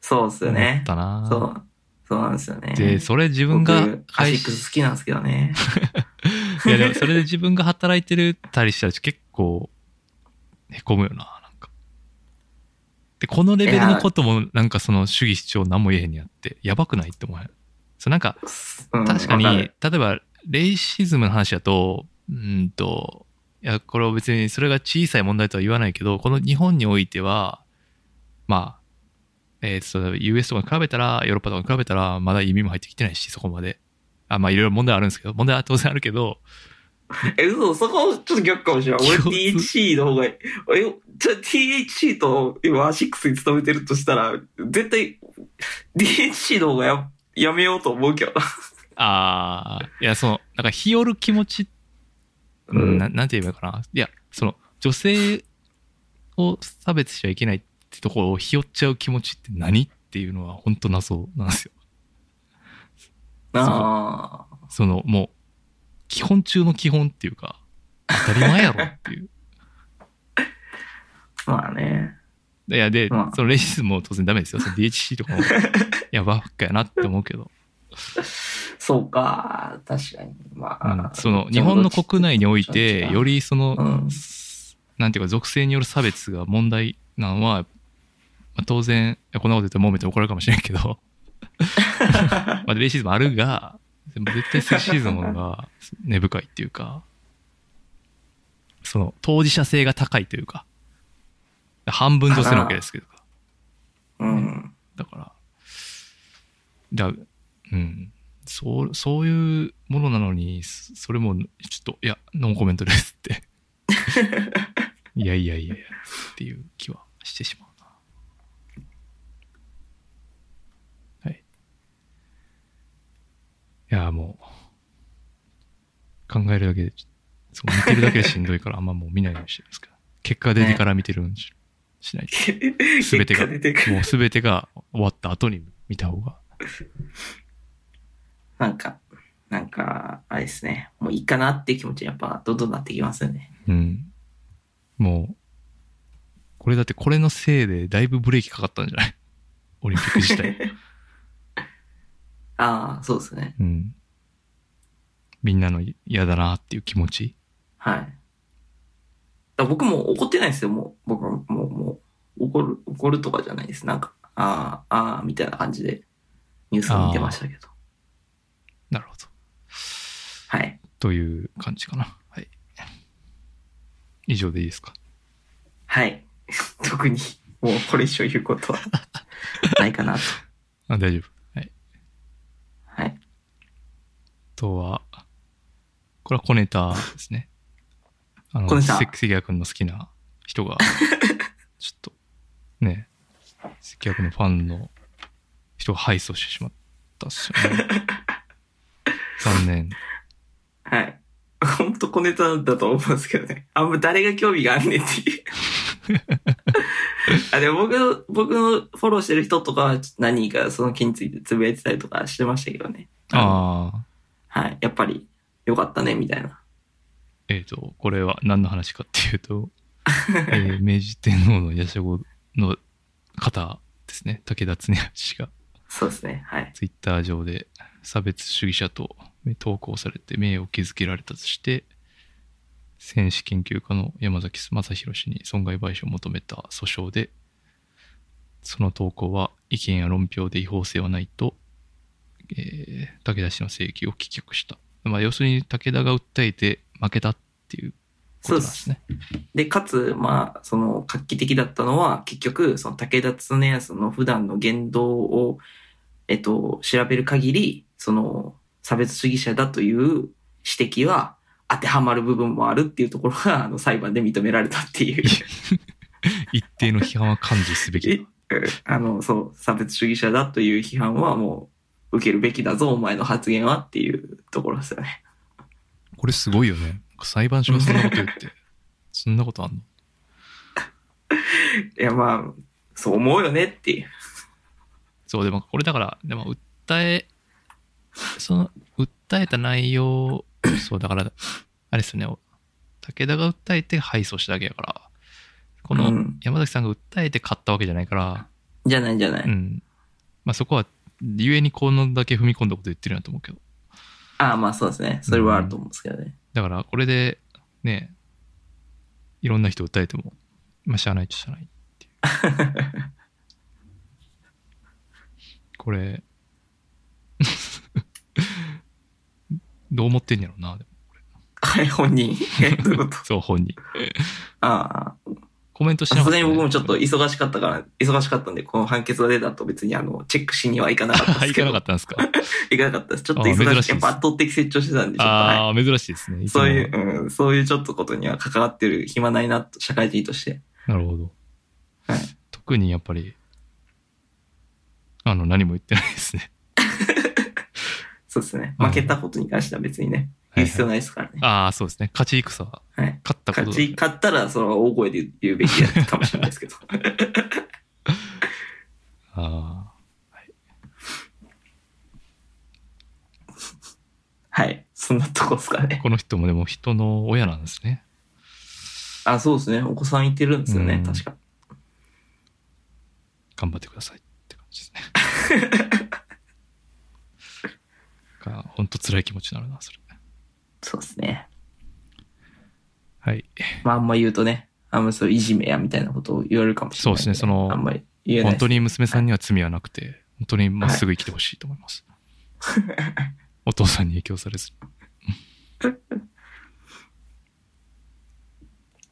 そうっすよ
思っ
ね。
たな。
そう。そうなんですよね。
で、それ自分
僕
が
アシ
会
ッ
社、
クス好きなんですけどね。
いやでもそれで自分が働いてるたりしたら結構、へこむよな、なんか。で、このレベルのこともなんかその主義主張何も言えへんにあって、やばくないって思わへん。そうなんか、
う ん
確かに、
わ
例
る
えば、レイシズムの話だと、うーんと、いや、これは別にそれが小さい問題とは言わないけど、この日本においては、まあ、えーその US とかに比べたら、ヨーロッパとかに比べたら、まだ意味も入ってきてないし、そこまで。あ、まあ、いろいろ問題はあるんですけど、問題は当然あるけど、
え、嘘、そこちょっと逆かもしれない。俺
共通
THC の方がいい。え、じゃあ THC と今アシックスに勤めてるとしたら、絶対 THC の方がややめようと思うけどな。
ああ、いや、その、なんか、日和る気持ち、うん、ななんて言えばいいかな。いや、その、女性を差別しちゃいけないってところを日和っちゃう気持ちって何っていうのは、本当謎なんですよ。
ああ。
その、もう、基本中の基本っていうか、当たり前やろって いう。
まあね。
いや、で、
うん
そのレイシズムも当然ダメですよ。その DHC とか も、いや、ばっかやなって思うけど。
そうか。確かに。ま
う
あ。
んその、日本の国内において、よ
り。
りその、
うん。
なんていうか属性による差別が問題なのは、まあ、当然いやこんなこと言ったらもめて怒られるかもしれんけどまあレイシズムあるがでも絶対セクシーズムの方が根深いっていうかその当事者性が高いというか半分女性なわけですけど
うん。
だからだうんそうそういうものなのにそそれもちょっといやノンコメントですっていやいやいやいやっていう気はしてしまうなはいいやもう考えるだけでちょそう見てるだけでしんどいからあんまもう見ないようにしてるんですけど結果出てから見てるんし,、しない全てが
結果出てくる
もう全てが終わった後に見た方が。
なんか、なんか、あれですね。もういいかなっていう気持ちにやっぱどんどんなってきますよね。
うん。もう、これだってこれのせいでだいぶブレーキかかったんじゃない オリンピック自体。
ああ、そうですね。
うん。みんなの嫌だなっていう気持ち。
はい。だから僕も怒ってないですよ、もう。僕はもう、もう、怒る、怒るとかじゃないです。なんか、ああ、ああ、みたいな感じでニュースを見てましたけど。
なるほど。
はい。
という感じかな。はい。以上でいいですか。
はい。 特に、もうこれ以上言うことはないかなと。
あ大丈夫。はい。
はい。
あとは、これは小ネタです ね。あの、
小ネタ
せ関谷君の好きな人 が、ちょっと、ね、関谷君のファンの人が敗訴してしまったっすよね。 残念。
はい。ほんと小ネタだと思うんですけどね。あんま誰が興味があんねんっていう。あでも僕の、僕のフォローしてる人とかは何人かその気についてつぶやいてたりとかしてましたけどね。
ああ、
はい。やっぱり良かったね、みたいな。
えっ、と、これは何の話かっていうと、えー明治天皇の夜叉子の方ですね、武田恒明氏が、
そうですね。はい。
ツイッター上で差別主義者と投稿されて名誉を築けられたとして、戦士研究家の山崎正弘氏に損害賠償を求めた訴訟で、その投稿は意見や論評で違法性はないと、えー武田氏の請求を棄却した。まあ、要するに武田が訴えて負けたっていうこ
そ
とな
う
ん
で
ですすね。
で、かつ、まあ、その、画期的だったのは、結局、その、武田恒康の普段の言動を、えっと、調べる限り、その、差別主義者だという指摘は、当てはまる部分もあるっていうところが、あの、裁判で認められたっていう。
一定の批判は感じすべきだ。
えあの、そう、差別主義者だという批判はもう、受けるべきだぞ、お前の発言はっていうところですよね。
これすごいよね。裁判所がそんなこと言 って、そんなことあんの
いや、まあ、そう思うよねっていう。
そう、でもこれだから、でも訴え、その、訴えた内容、そう、だから、あれですよね、武田が訴えて敗訴しただけだから、こ
う
の
ん
山崎さんが訴えて勝ったわけじゃないから、
じゃないじゃない。
うん。まあそこは、ゆえにこのだけ踏み込んだこと言ってるなと思うけど。
ああ、まあそうですね。それはあると思うんですけどね。
だから、これで、ね、いろんな人訴えても、まあ、しゃあないとしゃあないって いう。これ、 どう思ってんやろうな、でも
はい、本人。えどういうこと
そう、本人。
ああ、
コメントし
さ
なかっ
す
た
が
ね、
に僕もちょっと忙しかったから、忙しかったんで、この判決が出た後別にあの、チェックしにはいかなかった
あ
です
行
け
か
ど。
なかったんです か。
いかなかったです。ちょっと
あー珍しい
忙
で
し
す
い。やっぱ圧倒的成長してたんで、ちょっと、はい
ああ、珍しいですね。いつも
そういう、うん、そういうちょっとことには関わってる暇ないなと、社会人として。
なるほど。
はい
特にやっぱり、あの、何も言ってないですね。
そうですね。
うん
負けたことに関しては別に
は
ね、
いはい
言う必要ないですからね。
ああ、そうですね。勝ち戦は、
はい。
勝ったこ
勝
とだ
ち、勝ったら、その大声で言うべきやったかもしれないです けど。
あ
はい。そんなとこですか
あ、
ね。
この人もでも人の親なんですね。
あ、そうですね。お子さんいてるんですよ
う
ね
ん。
確か。
頑張ってくださいって感じですね。が本当辛い気持ちになるな、それ。
そうですね。
はい。
まあ、あんま言うとね、あんまそういじめやみたいなことを言われるかもしれないん。
そうですねその
あんまり言えな
本
いです。
当に娘さんには罪はなくて、本当にまっすぐ生きてほしいと思い ます。お父さんに影響されず。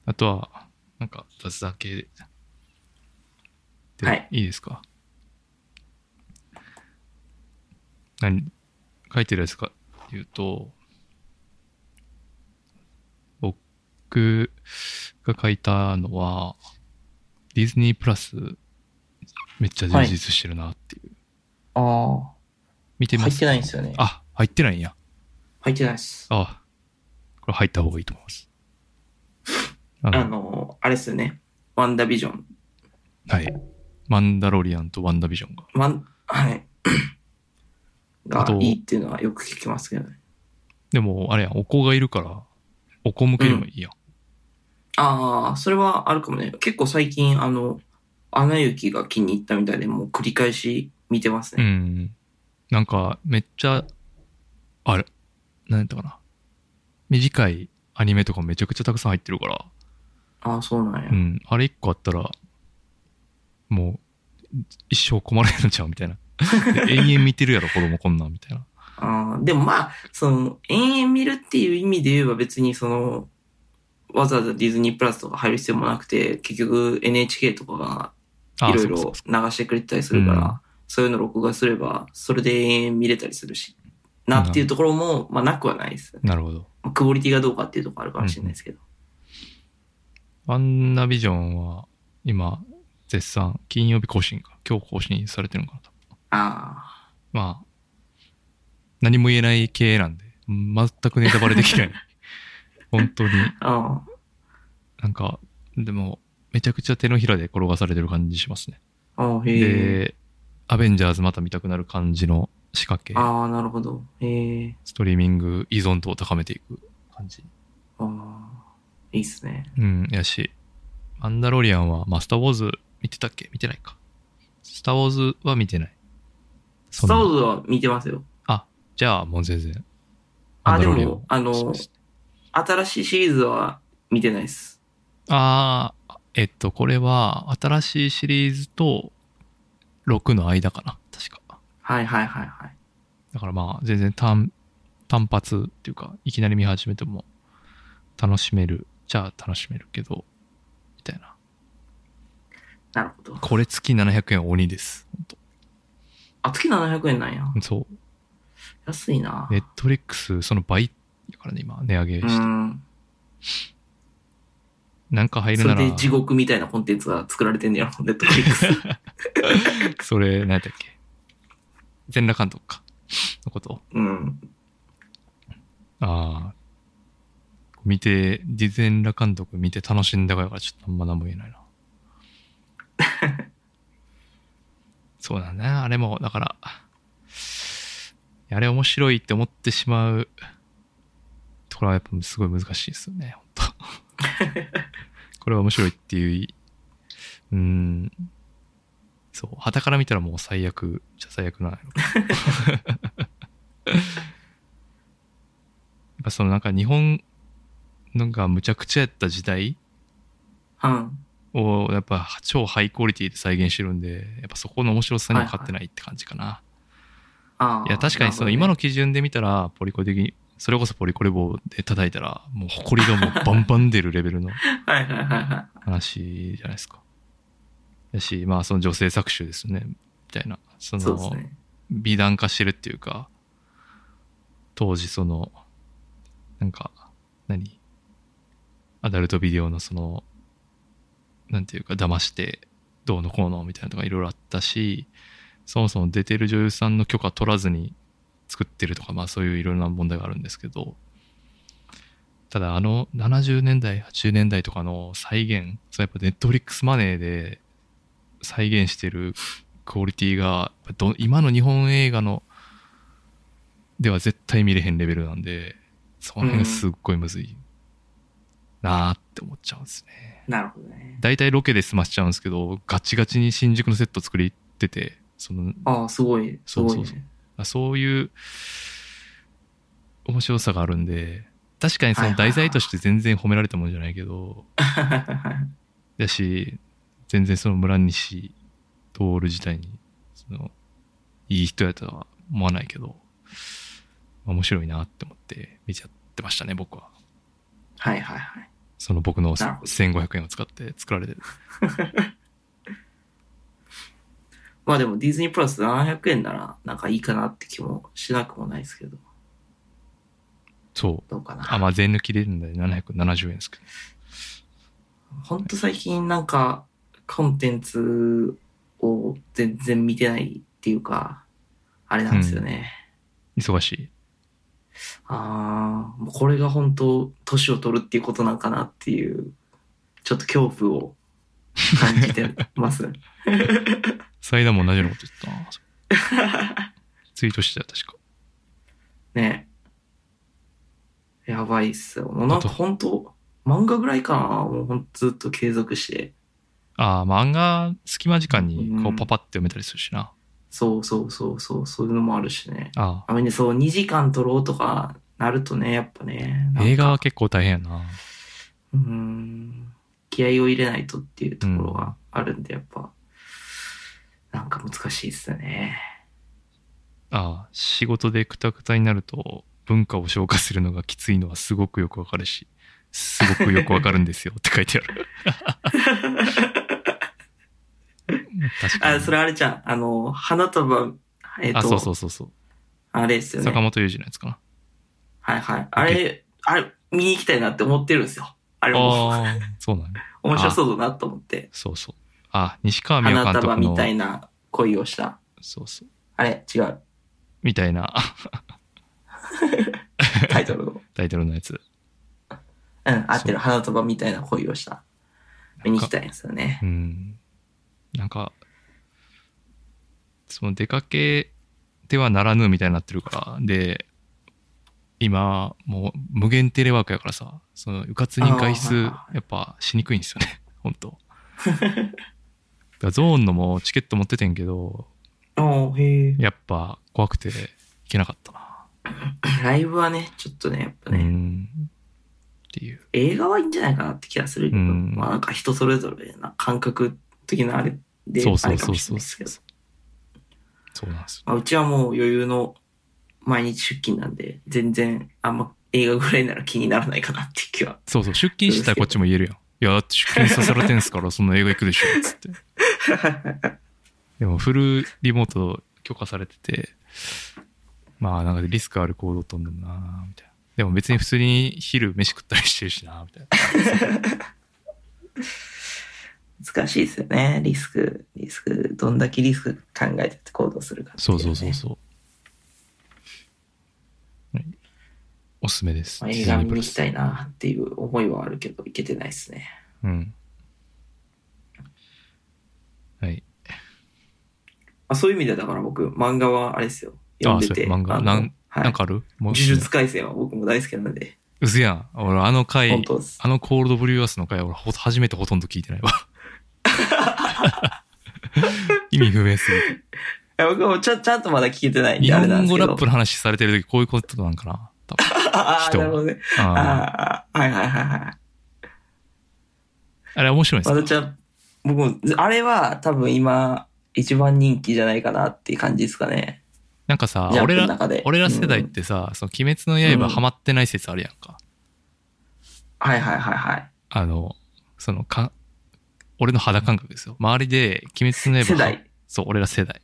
あとは、なんか雑談系で。で
はい
いですか何書いてるやつかっていうと、僕が書いたのは、ディズニープラスめっちゃ充実してるなっていう。
あ
見て
あ、
ま
入
す
ってないんですよね。
あ、入ってないんや。
入ってないです。
あこれ入った方がいいと思います。あの
あの、あれですよね。ワンダービジョン。
はい。マンダロリアンとワンダービジョンが。
ワン、 はい。
あ
が
と
いいっていうのはよく聞きますけどね。
でも、あれやん、お子がいるから、お子向けにもいいやん。
ああ、それはあるかもね。結構最近、あの、アナ雪が気に入ったみたいで、もう繰り返し見てます
うん。
ね。
なんか、めっちゃ、あれ、なんやったかな。短いアニメとかめちゃくちゃたくさん入ってるから、
ああ、そうなんや。
うん。あれ一個あったら、もう、一生困られるんちゃうみたい な。で延々見てるやろ、子供こんなん、みたいな。
ああ、でもまあ、その、延々見るっていう意味で言えば別にその、わざわざディズニープラスとか入る必要もなくて、結局 NHK とかが
あ
いろい
そう
ろ
かそう
流してくれてたりするから、
うん
そういうの録画すれば、それで延々見れたりするし、なっていうところも、まあなくはないですよね。
かなるほど。
クオリティがどうかっていうところあるかもしれないですけど。
ワンナビジョンは今、絶賛、金曜日更新か、今日更新されてるのかなと。
あ
まあ、何も言えない系なんで、全くネタバレでき ない。本当に。
あ、あ
なんか、でも、めちゃくちゃ手のひらで転がされてる感じしますね。
あ、ああ、へえ。
で、アベンジャーズまた見たくなる感じの仕掛け、
ああ、なるほど。へえ。
ストリーミング依存度を高めていく感じ。
ああ、いいっすね。
うん、やし、マンダロリアンは、まあ、スター・ウォーズ見てたっけ見てないか。スター・ウォーズは見てない。そ
ス
ん
タ
な
ーウォーズは見てますよ。
じゃあ、もう全然。
あ、
マン
で
ダロリアン
も、あの、新しいシリーズは見てないです。
ああ、えっと、これは、新しいシリーズと6の間かな。確か。
はいはいはいはい。
だからまあ、全然単、単発っていうか、いきなり見始めても、楽しめる。じゃあ、楽しめるけど、みたいな。
なるほど。
これ月700円は鬼です。ほんと
あ、月700円なんや。
そう。
安いな。
ネットリックス、その倍だからね、今、値上げ
う
して。
ん。
なんか入る
そ
な
れ
ら
で、地獄みたいなコンテンツが作られてんねやろ、ネットフリックス。
それ、何やったっけ全裸監督か。のこと。
うん。
ああ。見て、ディズニーラ監督見て楽しんだからちょっとあんま何も言えないな。そうだね。あれも、だから、あれ面白いって思ってしまうところはやっぱすごい難しいですよね、本当これは面白いっていう、うん、そう、旗から見たらもう最悪じゃ最悪なのやっぱそのなんか日本のがむちゃくちゃやった時代
うん。
をやっぱ超ハイクオリティで再現してるんで、やっぱそこの面白さには勝ってないって感じかな。
ああ。
いや確かにその今
の。
の基準で見たらポリコ的にそれこそポリコレ棒で叩いたら、もう埃がもうバンバン出るレベルの
はいはいはいは
話じゃないですか。だし、まあその女性搾取ですよね、みたいな。そ
い。
の、
そうですね。
美談化してるっていうか、当時その、なんか、何アダルトビデオのその、なんていうか、騙してどうのこうのみたいなのとかいろいろあったし、そもそも出てる女優さんの許可取らずに作ってるとか、まあそういういろいろな問題があるんですけど、ただあの70年代、80年代とかの再現、そうやっぱネットフリックスマネーで再現してるクオリティがやっぱど今の日本映画のでは絶対見れへんレベルなんでその辺がすっごいむずいなーって思っちゃうんですね
なるほどね。
大体ロケで済ましちゃうんですけどガチガチに新宿のセット作りっててその
ああ、すごい。す
そう
ごい
そう
ね
そう。あそういう面白さがあるんで確かにそ
は
の
いはいは
題
い
材として全然褒められたもんじゃないけどだし、全然その村西徹自体に、その、いい人やとは思わないけど、まあ面白いなって思って見ちゃってましたね、僕は。
はいはいはい。
その僕の
なるほど
1500円を使って作られてる。
まあでもディズニープラス700円ならなんかいいかなって気もしなくもないですけど。
そう。
どうかな。
あ、まあ税抜きでるんで770円ですけど。
ほんと最近なんかコンテンツを全然見てないっていうか、あれなんですよね。
忙しい。
ああ、もうこれが本当年を取るっていうことなんかなっていう、ちょっと恐怖を感じてます。
サイダーも同じようなこと言ってたな。ツイートしてたよ、確か。
ね。やばいっすよ。もうなんか本当漫画ぐらいかな。もうほんとずっと継続して。
ああ、漫画、隙間時間にこ
う
うんパパって読めたりするしな。
そうそうそうそう、そういうのもあるしね。
あ
あのね、そう、2時間撮ろうとかなるとね、やっぱね。
あ、映画
なん
は
か
結構大変やな。
うーん。気合を入れないとっていうところがあるんで、やっぱ、なんか難しいっすね。
ああ仕事でクタクタになると文化を消化するのがきついのはすごくよくわかるしすごくよくわかるんですよって書いてある確かに
あ、それあれじゃん。あの、花束、えっ、と、
あそうそうそうそう、
あれですよ
坂
ね。
本龍二のやつかな
はいはい。あれ、あれ、見に行きたいなって思ってるんですよ。あれも、
ああそうなんだ
面白そうだなと思って。
そうそうあ西川美代
花
監
束
督の
みたいな恋をした。
そうそう
あれ、違う。
みたいな
タイトル の。
タイトルのやつ
うん、合ってる。花束みたいな恋をした。見に行きたいんですよね。
うんなんかその出かけてはならぬみたいになってるからで今もう無限テレワークやからさそのうかつに外
あー
出
はいはい
や
は
っぱしにくいんですよね 本当だからゾーンのもチケット持っててんけど
おーへえ。
やっぱ怖くて行けなかったな
ライブはね、ちょっとね、やっぱ
う
ね、
んっていう
映画はいいんじゃないかなって気がするけど、
うん
まあなんか人それぞれな感覚的なあれで、
そう
あ
そ
れ
う
か
そ
も
う
し
そう
れないです
そうそ
けど、
うなんですよ
まあ、うちはもう余裕の毎日出勤なんで、全然あんま映画ぐらいなら気にならないかなって気は。
そうそう出勤してたらこっちも言 えるやんいやだって出勤させられてんすからその映画行くでしょつってでもフルリモート許可されてて、まあなんかリスクある行動とんだなみたいな。でも別に普通に昼飯食ったりしてるしなみたいな。
難しいですよね。リスク、リスク、どんだけリスク考えて行動するかってい
そう
ね
そうそうそう。はいおすすめです。
まあ
デ
映
ィズ
画
ニ
見
ープラ
に行き
ス
たいなっていう思いはあるけど、行けてないですね。
うん。はい。
あ、そういう意味ではだから僕、漫画はあれですよ。読んでて。
あそう漫画
あの
なん
はい、
なんかあるもう
呪術廻戦は僕も大好きなんで、
うずやん。俺あの回
本、当です。
あのコールドブリューアスの回俺ほ初めてほとんど聞いてない わ。意味不明すぎて。
いや僕もちゃちゃんとまだ聞けてないん
日
で、あれな
本
んです
語
けど。
ラップの話されてる時こういうことなんかな多分
ああ、
人
なるほどね。
あ
ああ、はいはいはいはい。
ーあれ面白いんで
ますだ
か
ちゃん、僕も、あれは多分今、一番人気じゃないかなっていう感じですかね。
なんかさ
ジ、ャンプ
俺
の
ら、
中で。
俺ら世代ってさ、その鬼滅の刃ハマってない説あるやんか。
はいはいはいはい。
あの、そのか、俺の肌感覚ですよ。周りで鬼滅の刃。
世代。
そう、俺ら世代。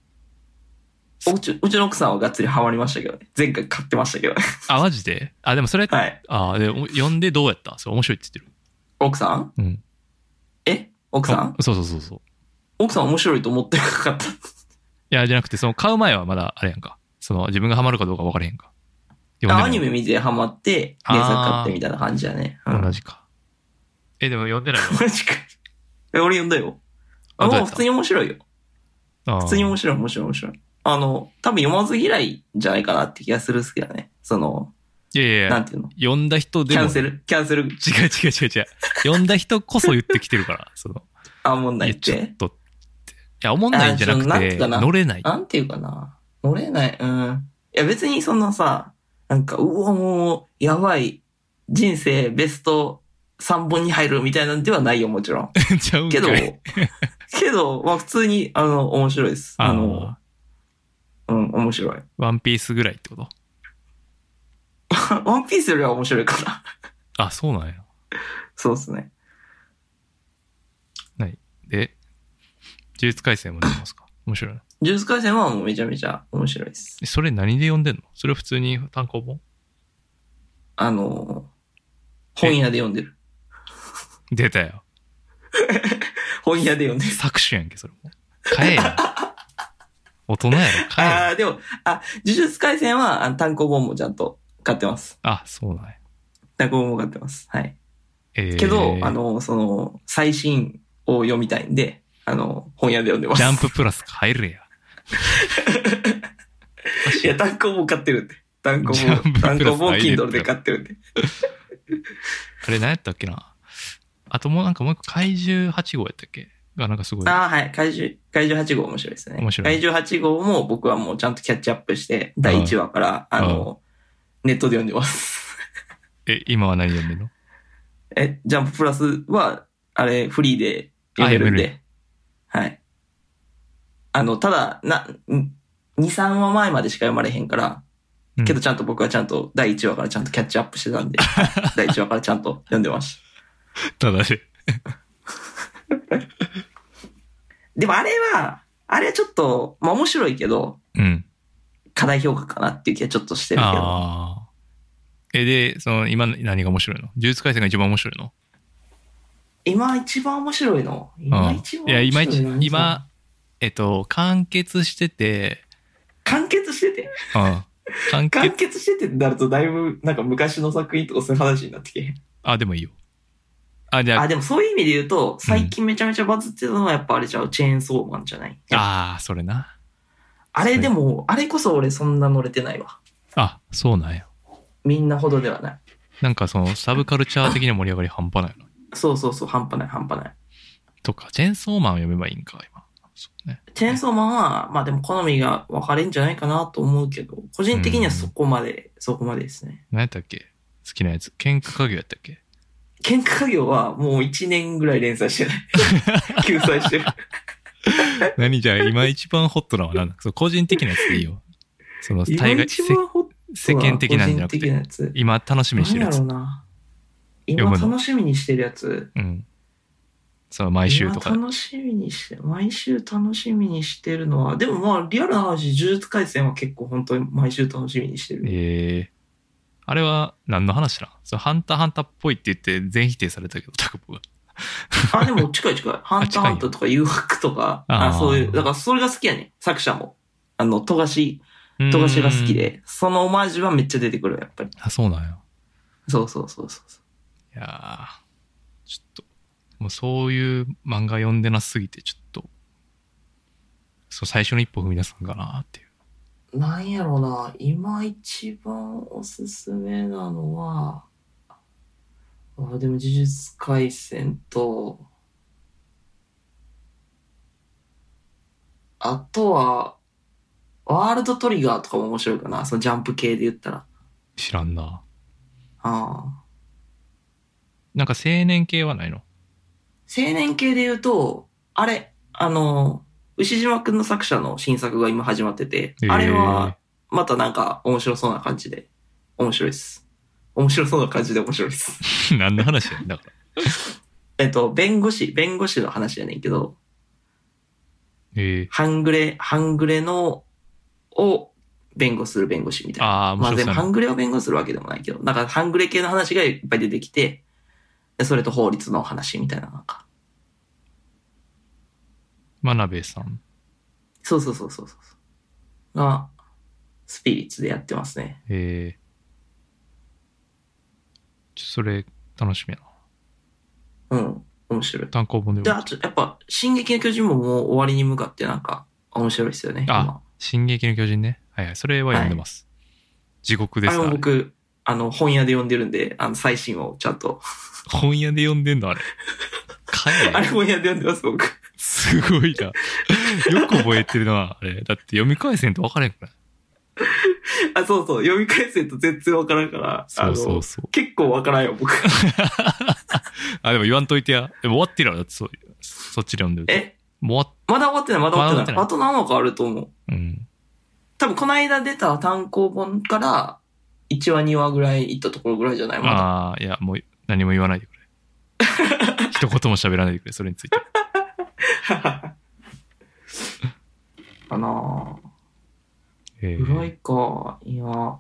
うちうちの奥さんはがっつりハマりましたけどね。前回買ってまし たけどね。
あ、マジであ、でもそれ、
はい。
あ、で、お読んでどうやったそれ面白いって言って
奥さん
る。うん。
え奥さん
あそうそうそうそう。
奥さん面白いと思ってなかった。
いや、じゃなくて、その買う前はまだあれやんか。その自分がハマるかどうか分からへんか。読んでない
アニメ見てハマって、原作買ってみたいな感じだね。うん
同じか。え、でも読んでない
マジか。え、俺読んだよ。あ、
あどう
も
や
う
った
普通に面白いよ。
の
普通に
白
面白い、面白い、面白い。あの、多分読まず嫌いじゃないかなって気がするっすけどね。その、
い。いやいやい
なん
や、
ていうの
読んだ人
キ
でも。
ャンセル、キャンセル、
違う違う違う違う。読んだ人こそ言ってきてるから、そ の。
あ、もんないっ
いやちょ
て
っ。とって。いや、思んないんじゃな
あ
く
ちょ
て、
っとなんかな
乗れない。
なんていうかな。乗れない。うん。いや、別にそんなさ、なんか、うお、もう、やばい。人生ベスト3本に入るみたいなんではないよ、も ちろん。
ちゃうんか
け
い
ど、 けど、まあ普通に、あの、面白いです。あ
あ
の
の、、
うん、面白い。
ワンピースぐらいってこと
ワンピースよりは面白いから。
あ、そうなんや。
そうですね。
で、呪術廻戦も出てますか面白いな。
ジュース回戦はもうめちゃめちゃ面白いです。
えそれ何で読んでんのそれ普通に単行本
あの、本屋で読んでる。
出たよ。
本屋で読んでる。
作詞やんけ、それも。買え よ。大人やろ、買え
あ
よ。
あ、でも、あ、呪術回戦はあの単行本もちゃんと買ってます。
あ、そうなんや。
単行本も買ってます。はい。
えー
けど、あ、の、その、最新を読みたいんで、あの、本屋で読んでます。
ジャンププラス買えるや。
いや、単行本買ってるんで。単行
ジャン
本、
ププラ
単
ス
行本
アイデンティ
Kindle
ティ
で買ってるんで。
あれ何やったっけなあともうなんかもう一個怪獣8号やったっけがなんかすごい。
ああ、はい。怪獣、怪獣8号面白いですね。
面白い
怪獣8号も僕はもうちゃんとキャッチアップして、第1話から、あの、ネットで読んでます。
え、今は何読んでんの
え、ジャンププラスは、あれ、フリーで読めるん
あ
で。はい。あの、ただ、な、2、3話前までしか読まれへんから、
うん
けどちゃんと僕はちゃんと第1話からちゃんとキャッチアップしてたんで、 第1話からちゃんと読んでまし
た
た。
だで。
でもあれは、あれはちょっと、まあ面白いけど、
うん。
課題評価かなっていう気はちょっとしてるけど。
ああ。え、で、その今何が面白いの呪術廻戦が一番面白いの
今一番面白いの今一番
うんいや、
面
今
白い
一、
の何
今、えっと、完結してて、
完結してて
うん。完
完
結、
結しててってなるとだいぶなんか昔の作品とかそういう話になってけへん
あ、でもいいよ。あ、じゃ
あ
あ、
でもそういう意味で言うと最近めちゃめちゃバズってたのはやっぱあれちゃうチェーンソーマンじゃないあ
ああ、それな。
れでもあれこそ俺そんな乗れてないわ
あ、そうなんや。
みんなほどではない
なんかその、サブカルチャー的な盛り上がり半端ないの。
そうそうそう半端ない半端ない
とか、チェーンソーマンを読めばいいんか、今。そうね。
チェーンソーマンはまあでも好みが分かれんじゃないかなと思うけど個人的にはそこまでそこまでですね
何やったっけ好きなやつ。喧嘩家業やったっけ
喧嘩家業はもう1年ぐらい連載してない 救済してる
何じゃあ今一番ホットなのは何なのそう個人的なやつでいいよ。その
今
対外
一番ホッ
世世間的なんじゃなく
個人的な
て、
やつ。
今楽しみにしてるや
なん
つ。
やろうな。
読
今
むの
楽しみにしてるやつ。
うん。その毎週とか
今。楽しみにして、毎週楽しみにしてるのは、でもまあリアルな話、呪術廻戦は結構本当に毎週楽しみにしてる。
ええあれは何の話なそのハンターハンターっぽいって言って全否定されたけど、タクポが。
あ、でも近い 近い。ハンター
近いよ
ハンターとか誘惑とか、あ
あー
そういう、だからそれが好きやね。作者も。あの、富樫、
うーん
富樫が好き。で、そのオマージュはめっちゃ出てくる、やっぱり。
あ、そうなんや。
そうそうそうそうそう。
いやーちょっと、もうそういう漫画読んでなすぎて、ちょっと、そう最初の一歩踏み出すんかなっていう。
なんやろな、今一番おすすめなのは、あでも呪術廻戦と、あとは、ワールドトリガーとかも面白いかな、そのジャンプ系で言ったら。
知らんな。
ああ
なんか青年系はないの
青年系で言うと、あれ、あの、牛島くんの作者の新作が今始まってて
へ、ー
あれはまたなんか面白そうな感じで、面白いです。面白そうな感じで面白いです。
何の話やねんだから。
えっと、弁護士、弁護士の話やねんけど、
ええ
半グレ、半グレの、を弁護する弁護士みたいな。
ああ、面
まあ
白そ
で
う
も
やな
半グレを弁護するわけでもないけど、なんか半グレ系の話がいっぱい出てきて、でそれと法律の話みたいな、なんか。
真鍋さん。
そうそうそうそうそう。が、スピリッツでやってますね。
ええちょそれ、楽しみやな。
うん。面白い。
単行本で
で、
読
あ
む。
と、やっぱ、進撃の巨人ももう終わりに向かってなんか、面白いですよね。
あ、進撃の巨人ね。はいはい。それは読んでます。地獄で
今あ
す
れ
か
も
ら、
僕、あの、本屋で読んでるんで、あの、最新をちゃんと。
本屋で読んでん のあれ。買
あれ
え。
本屋で読んでます、僕。
すごいな。よく覚えてるな、あれ。だって読み返せんと分からへんから。
あ、そうそう。読み返せと全然わからんから。あ
そ
の
うそうそう。
結構わからんよ、僕。
あ、でも言わんといてや。でも終わってるやろ、だってそうそっちで読んでると。
え
もう終わ
まだ終わってない、まだ終わってない。
ま
あと何話かあると思う。
っ、うん。
多分この間出た単行本から、1話2話ぐらい行ったところぐらいじゃないまだ。
ああ、いや、もう何も言わないで くれ。一言も喋らないでくれ、それについて。
かなぁ。
え
ぐらい
ー、
か。いや。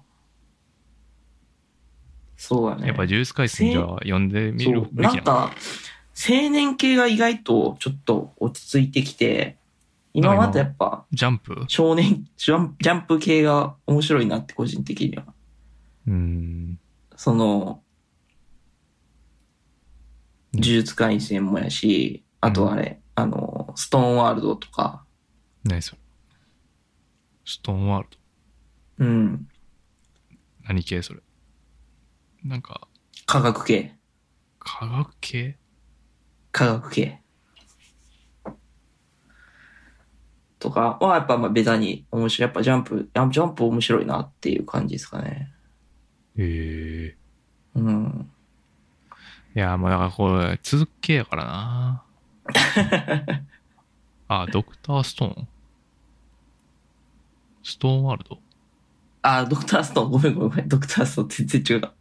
そうやね。
やっぱジュース回線じゃあ読んでみ
そ
る
う
べ
な
き
ん
やな。
か、青年系が意外とちょっと落ち着いてきて、今またやっぱ
ジャンプ
少年、ジャンジャンプ系が面白いなって個人的には。
うん。
その、
うん
呪術廻戦もやし、あとあれ、あの、ストーンワールドとか、
何それ。ストーンワールド。
うん、
何系それ。なんか、
科学系、
科学系
科学系。とかはやっぱまあベタに面白い。やっぱジャンプ、ジャンプ面白いなっていう感じですかね。
ええ
うん。
いや、もうだからこれ、続けやから な。あ、ドクターストーン。ストーンワールド。
あ、ドクターストーン、ごめんごめんごめん。ドクターストーン全然違うな。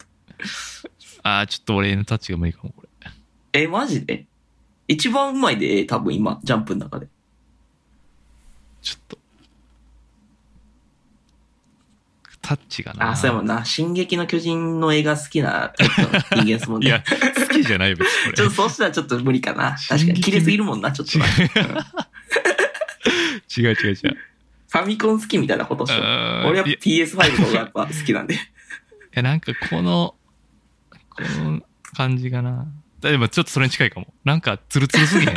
あー、ちょっと俺のタッチが無理かも、これ。
え、マジで一番うまいで、多分今、ジャンプの中で。
ちょっと。タッチがな。
あ、そうやもんな。進撃の巨人の映画好きなえっと人間ですもん
い
ね。
や、好きじゃないよ、別にこ
ちょっ
れ
とそうしたらちょっと無理かな。
進撃
確か
の
に。切れすぎるもんな、ちょっと な。
違う違う違う。
ファミコン好きみたいなことしよう。
俺
俺は PS5 の方がやっぱ好きなんで。
いや、なんかこの、この感じがな。でもちょっとそれに近いかも。なんかツルツルすぎへ ん。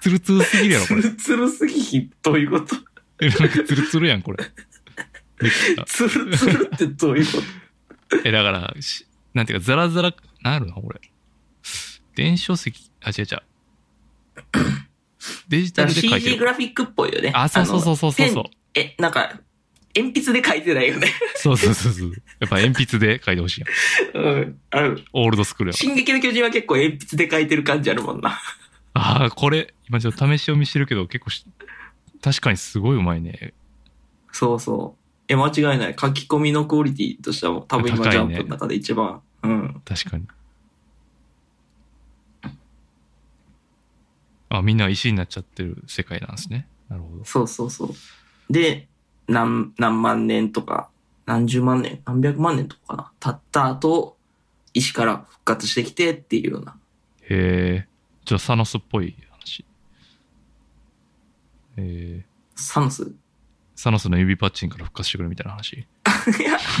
ツルツルすぎるやろ、これ。
つるつるすぎひん、どういうこと
えなんかツルツルやん、こ れ。めっちゃ
つるつるってどういうこと
え、だから、しなんていうか、ザラザラ、なんやろな、これ。電子書籍、あ、違う違 う。デジタルで書いて
?CG グ
る。
ラフィックっぽいよね。
あ、そうそうそうそうそうそう
あの。ペンえ、なんか、鉛筆で書いてないよね。
そうそうそうそう。やっぱ鉛筆で書いてほしいやん。
うん。ある。
オールドスクールやから
進撃の巨人は結構鉛筆で書いてる感じあるもんな。
ああ、これ、今ちょっと試し読みしてるけど、結構し、確かにすごいうまいね。
そうそう。え、間違いない。書き込みのクオリティとしてはもう多分今
高い
ジャ
ね
ンプの中で一番。うん。
確かに。あ、みんな石になっちゃってる世界なんですね。なるほど。
そうそうそう。で、何、何万年とか、何十万年、何百万年とかかな。経った後、石から復活してきてっていうような。
へえ。ちょっとサノスっぽい話。えー、
サノスい
サノスの指パッチンから復活してくるみたいな話。
や、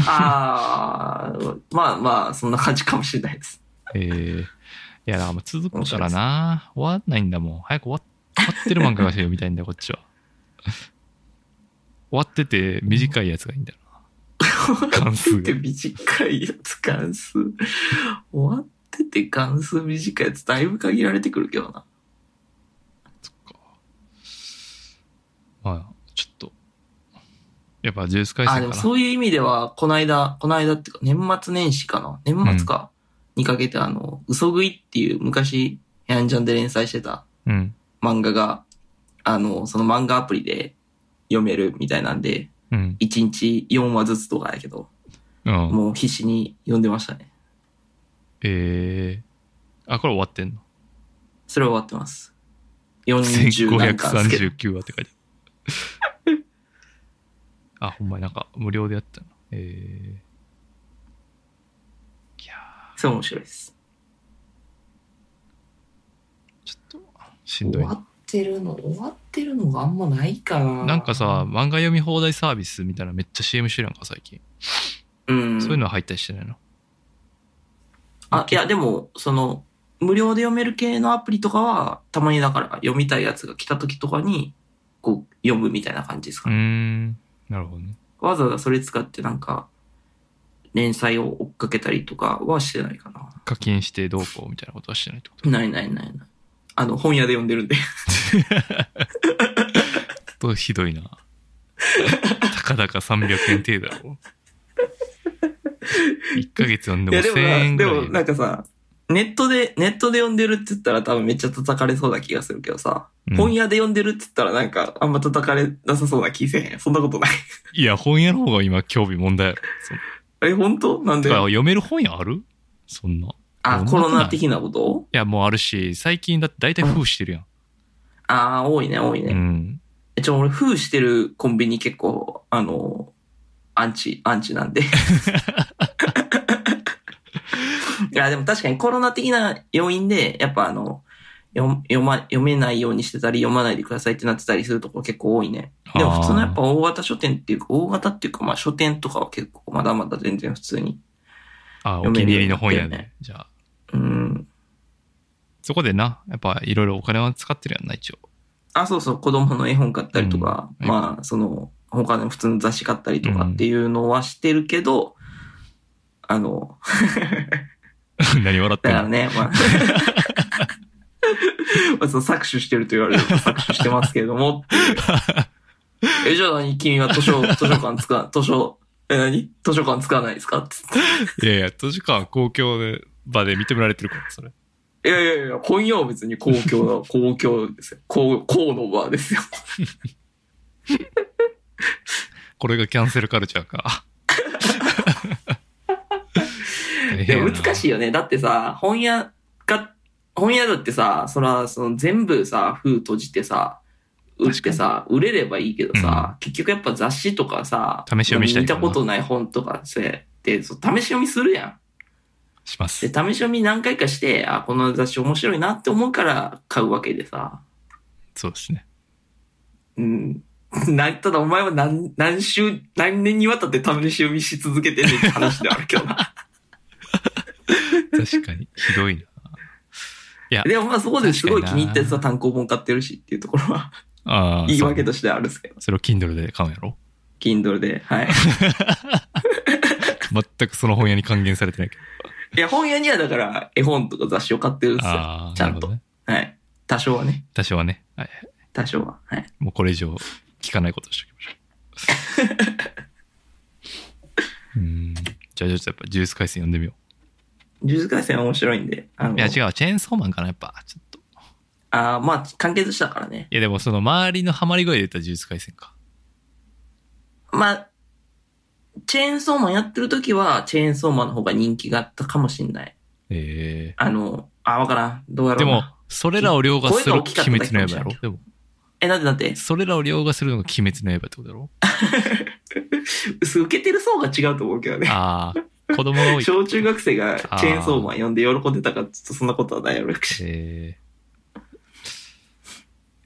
あー、まあまあ、そんな感じかもしれないです。
えー、いや、だからもう続くからな。終わんないんだもん。早く終わ終わってる漫画が読みた いんだよ、こっちは。 終わってて短いやつがいいんだよな。関数
で、
が。
短いやつ、関数。終わってて関数短いやつ、だいぶ限られてくるけどな。
まあ、ちょっと。やっぱ、ジュース回
あ、
線
で
か
も
な。
そういう意味では、この間、この間っていうか、年末年始かな年末か、にかけて、あの、嘘食いっていう昔、ヤンジャンで連載してた
うん。
漫画が、あの、その漫画アプリで読めるみたいなんで、
うん。
1日4話ずつとかやけど、
うん。
もう必死に読んでましたね。
えー、あ、これ終わってんの
それは終わってます。40何巻ですけど。
?1539 話って書いて ある。あ、ほんまになんか無料でやったな。えー、いや
そう面白いです。
ーちょっとしんどいな。
ってるの、終わってるのがあんまないかな
なんかさ、、漫画読み放題サービスみたいなめっちゃ CM してるやんか、最近。
うん。
そういうのは入ったりしてないの
あ、いや、でも、その、無料で読める系のアプリとかは、たまにだから読みたいやつが来た時とかに、こう、読むみたいな感じです
う
か
ー
ね。
ん。なるほどね。
わざわざそれ使ってなんか、連載を追っかけたりとかはしてないかな。
課金してどうこうみたいなことはしてないってこと
ないないないない。あの、本屋で読んでるんで。
ちょっとひどい な。たかだか300円程度だ ろ。1ヶ月読ん
い
で
や、
も
で
1000
もな、
円ぐ
で
らい。
もなんかさ、ネットで、ネットで読んでるって言ったら多分めっちゃ叩かれそうな気がするけどさ、
うん
本屋で読んでるって言ったらなんかあんま叩かれなさそうな気せえへん。そんなことない。
いや、本屋の方が今興味問題やろ。そん
え、本当なん
て
で
か読める本屋あるそんな。い
あ、
そ
コ
んなこ
ロ
とない
ナ的なこと
や、もうあるし、最近だって大体封してるやん。
ああ、多いね、多いうね。
ん。
えちょ、俺、封してるコンビニ結構、あの、アンチ、アン チなんで。いや、でも確かにコロナ的な要因で、やっぱあの、読読ま、読めないようにしてたり、読まないでくださいってなってたりするところ結構多いね。でも
あー
普通のやっぱ大型書店っていうか、大型っていうか、まあ書店とかは結構まだまだ全然普通に。
あ、お
読め
気
る
に
よ
入
う
りの本
になってるね
屋で。じゃあ、
うん。
そこでな、やっぱいろいろお金は使ってるやんな、一応。
あ、そうそう、子供の絵本買ったりとか、
うん
まあ、その、他の普通の雑誌買ったりとかっていうのはしてるけど、あの、
何笑って
だ
んの
からね、まあ、 まあそう搾取してると言われると搾取してますけれどもっ ていう、え、じゃあ何君は図書、図書館使わ、図書、え、何図書館使わないですかって
いやいや、図書館は公共の場で認められてるから、それ。
言って。いやいやいや、本業は別に公共の、公共ですよ。公、公の場ですよ。
これがキャンセルカルチャー か。大
で
変や
も
な
難しいよね。だってさ、本屋が、本屋だってさ、そら、その全部さ、封閉じてさ、売ってさ、売れればいいけどさ、結局やっぱ雑誌とかさ、
試し読みしたい
見
か
た
らな
ことない本とかせ、で、そう試し読みするやん。
しま
で、試
す。
し読み何回かして、あ、この雑誌面白いなって思うから買うわけでさ、
そうですね。
うん。 な、ただお前は何、何週、何年にわたって試し読みし続けてんねんって話ではあるけどな。
確かに。ひどいな。
でもまあそこですごい気に入ったやつは単行本買ってるしっていうところは。
ああ、
言い訳
だ。
としてはあるんですけど。
それを Kindle で買うんやろ
Kindle で。 はい。
全くその本屋に還元されてないけど。
いや、本屋にはだから絵本とか雑誌を買ってるんですよ。
ああ、
ちゃ
なん
と
るほどね。
はい。多少はね。
多少はね、はい、
多少は。はい。
もうこれ以上聞かないことをしておきましょう。うん。じゃあちょっとやっぱジュース回線読んでみよ
呪術廻戦は面白いんで。あ
う。
の
いや違う、チェーンソーマンかな、やっぱ。ちょっと。
ああ、まあ、完結したからね。
いやでもその周りのハマり声で言ったらジュース回線か。
まあ、チェーンソーマンやってる時は、チェーンソーマンの方が人気があったかもしんない。
ええ
あの、あ、わからん。どうや
で
ろうな。
も、それらを凌駕する
声が大
鬼
きかっただ
滅
け
の
かも
刃
しれ
や
ん
ろでも、
え、なんでなんで
それらを凌駕するのが鬼滅の刃ってことやろ
受けてる層が違うと思うけどね。
ああ、子供が多い。
小中学生がチェーンソーマン読んで喜んでたか、ちょっとそんなことはないやろう し。
ええ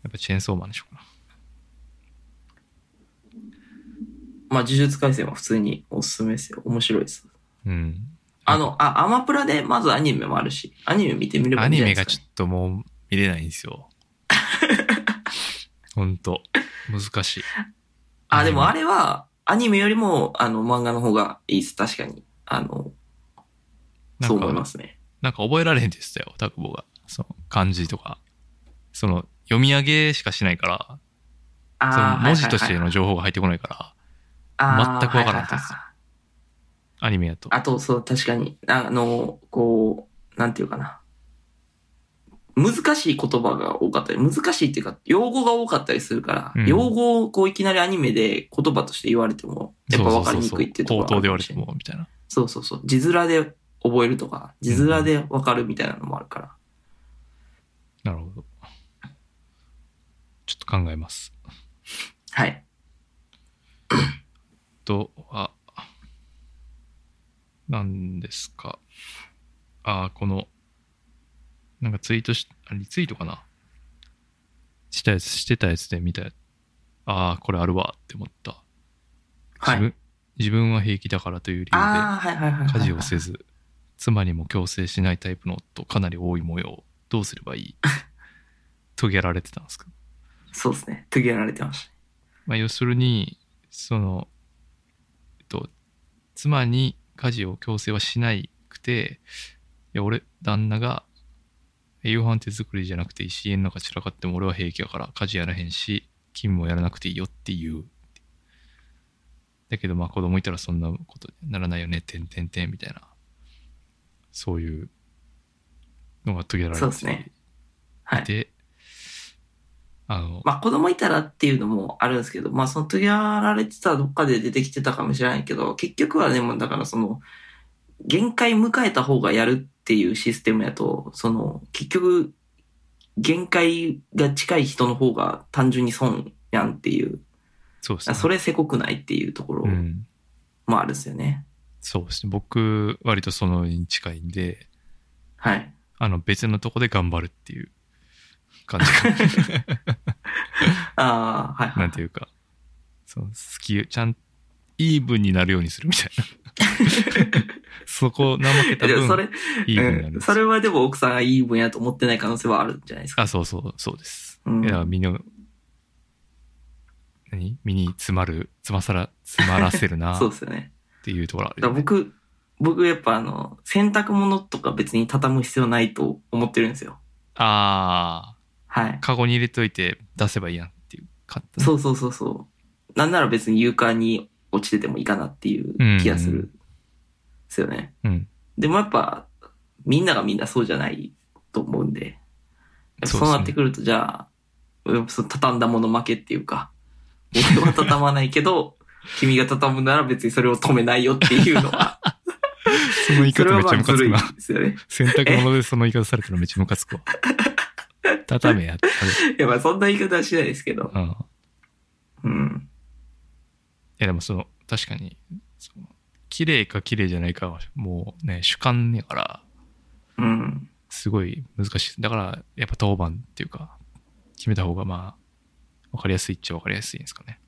やっぱチェーンソーマンでしょうかな。
まあ、呪術廻戦は普通におすすめですよ。面白いです。
うん。
あの、あ、アマプラでまずアニメもあるし、アニメ見てみればいい
ア
んじ
ニ
ゃな
メ
いで
が
す
ち
か、
ょっともう見れないんです よ。ほんと。難しい。
あ、でもあれは、アニメよりも、あの、漫画の方がいいです。確かに。あの、
なん
そう
か
思いますね。
なんか覚えられへんでしたよ、タクボが。その漢字とか。その読み上げしかしないから、その
あー
文字とし
はい
て
はい
の情報が入ってこないから、
はいあー
全くわからんかったです
はいはいはい
アニメやと。
あと、そう、確かに、あの、こう、なんていうかな。難しい言葉が多かったり、難しいっていうか、用語が多かったりするから、
うん
用語をこういきなりアニメで言葉として言われても、やっぱ分かりにくいっていうところ
口頭で言われ
て
ても、みたいな。
そうそうそう。字面で覚えるとか、字面で分かるみたいなのもあるか
な
ら。
るほど。ちょっと考えます。
はい。
とは、なんですか。ああ、この、なんかツイートし、あリツイートかなしたやつ、してたやつで見たやつ。ああ、これあるわって思った。
は
自
い。
分自分は平気だからという理由
ああ、はいはいはいはい。
で家事をせず、妻にも強制しないタイプの夫、かなり多い模様。どうすればい いとやられてたんですか
そうですね。途切れられてまし
まあ、要するにその、えっと、妻に家事を強制はしないくていや俺旦那が夕飯手作りじゃなくて石家の中散らかっても俺は平気やから家事やらへんし勤務もやらなくていいよっていうだけどまあ子供いたらそんなことにならないよねてんてんてんみたいなそういうのが途切れられて
そうですねた。はい。
であの、
まあ子供いたらっていうのもあるんですけど、まあその途切れられてたどっかで出てきてたかもしれないけど、結局はね、もうだからその、限界迎えた方がやるっていうシステムやと、その、結局、限界が近い人の方が単純に損やんっていう、
そうです
あ
ね
それせこくないっていうところ
うん
もあるんですよね。
そうですね。僕、割とそのに近いんで、
はい。
あの、別のとこで頑張るっていう感じか
ああ、はいはい。
なんていうか、その、好き、ちゃん、イーブンになるようにするみたいな。 そこ、怠けた
でも
分、
それ、
イーブンになるん
うん
です
それはでも奥さんがいい分やと思ってない可能性はあるんじゃないですか。
あ、そうそう、そうです。
うん
いや、身の、何身に詰まる、詰まさら、詰まらせるな
そう
っ
ですよね。
ていうところある
だか
よ
ら
ね、
僕、僕やっぱあの、洗濯物とか別に畳む必要ないと思ってるんですよ。
あ
はい
ー、。カゴに入れといて出せばいいやんっていう、簡単
そうそうそうそう。なんなら別に床に落ちててもいいかなっていう気がする。
うん
ですよね。
うん。
でもやっぱ、みんながみんなそうじゃないと思うんで。やっぱ
そうで
そ
すね
うなってくると、じゃあ、うんその畳んだもの負けっていうか、僕は畳まないけど、 君が畳むなら別にそれを止めないよっていうのは、
その 言い
それ
方
は
めっ
ま
ちゃ
あ
ムカ
ず
つ
る
く
い
な。
ですよね。
洗濯物でその言い方されたらめっちゃムカつくわ。 畳めやって
いや、まあそんな言い方はしないですけど。
うん。い
うん。
やでもその、確かに、その綺麗か綺麗じゃないかはもうね、主観やから、
うん。
すごい難しい。だから、やっぱ当番っていうか、決めた方がまあ、わかりやすいっちゃわかりやすいんですかね。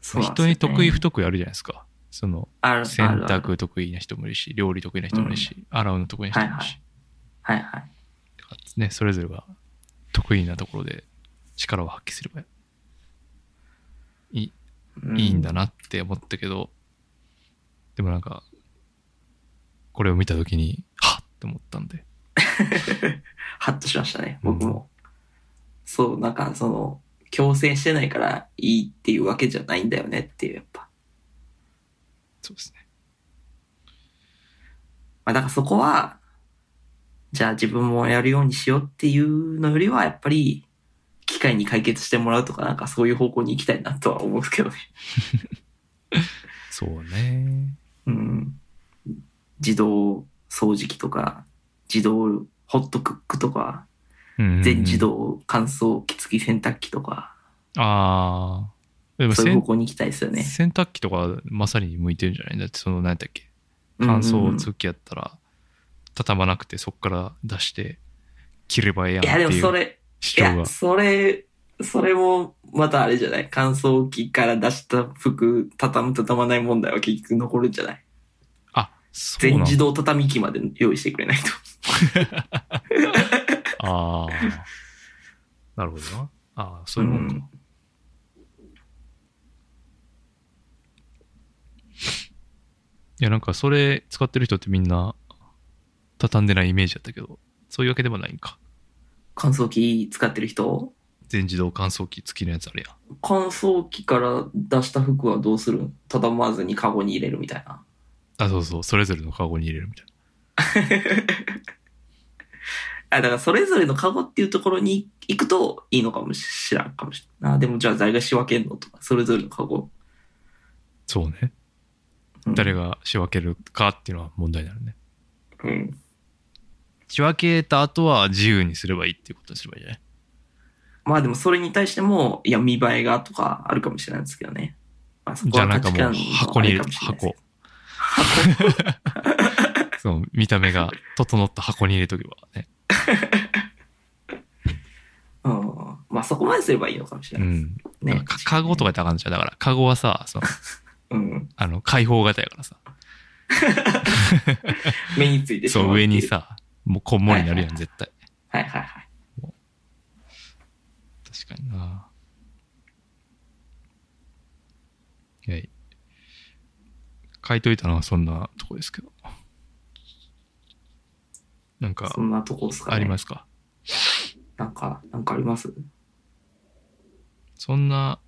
そうなんです
人
よね
に得意不得意あるじゃないですか。その、
ある
洗
あるある
濯得意な人もいるし、料理得意な人もいるし、洗うの得意な人もいるし、
はいはい。
ね、それぞれが得意なところで力を発揮すればいいいいんだなって思ったけど、でもなんか、これを見たときに、はっって思ったんで。
ハッとしましたね、僕も。そう、なんかその、強制してないからいいっていうわけじゃないんだよねっていう、やっぱ。
そうですね。
まあだからそこは、じゃあ自分もやるようにしようっていうのよりは、やっぱり、機械に解決してもらうとか、なんかそういう方向に行きたいなとは思うんですけどね。
そうね。
うん。自動掃除機とか、自動ホットクックとか、
うん
全自。動乾燥機付き洗濯機とか、
ああ。でも
そういう
洗
方向に行きたいですよね。
洗濯機とかまさに向いてるんじゃないだってその何やったっけ
うんうんう
乾
ん
燥付きやったら畳まなくてそっから出して切ればええやん
い
っ
や、
て
でも
い
そうれ、
主
い
張が
や、。それ、それも、またあれじゃない乾燥機から出した服、畳む畳まない問題は結局残るんじゃない
あ、そうな
全
んだ
自動畳み機まで用意してくれないと。
ああ。 なるほどな。ああ、そういうもんか。
うん
いや、なんかそれ使ってる人ってみんな畳んでないイメージだったけど、そういうわけでもないんか。
乾燥機使ってる人
全自動乾燥機付きのやつあるやん。
乾燥機から出した服はどうするん畳まずにカゴに入れるみたいな。
あ、そうそう、それぞれのカゴに入れるみたい
あ、だからそれぞれのカゴっていうところに行くといいのかもしらんかもしれんない。あ、でもじゃあ誰が仕分けんのとか、それぞれのカゴ。
そうね。
うん
誰が仕分けるかっていうのは問題になるね。
うん。
仕分けた後は自由にすればいいっていうことにすればいいんじゃない
まあでもそれに対しても、いや、見栄えがとかあるかもしれないですけどね。まあそこ
じゃあ
は
な
価
んか
値
もう
観の
箱に
あ
入れ
れか
る
もしれないです
箱。 その見た目が整った箱に入れとけばね。
うん。まあそこまですればいいのかもしれ
う
ないです。
ん。
ね
だからかカゴとかやったらあかんじゃん。だからカゴはさ、その、
うん。
あの、開放型やからさ。
目についてしま
そう、
ってい
上に。さ、もうこんもりになるやん、絶対。
はいはいはい。
確かにな。はい。書いといたのはそんなとこですけど。なんか
そ、んなとこですかね。。
ありますすか
なんか、なんかあります
そんな、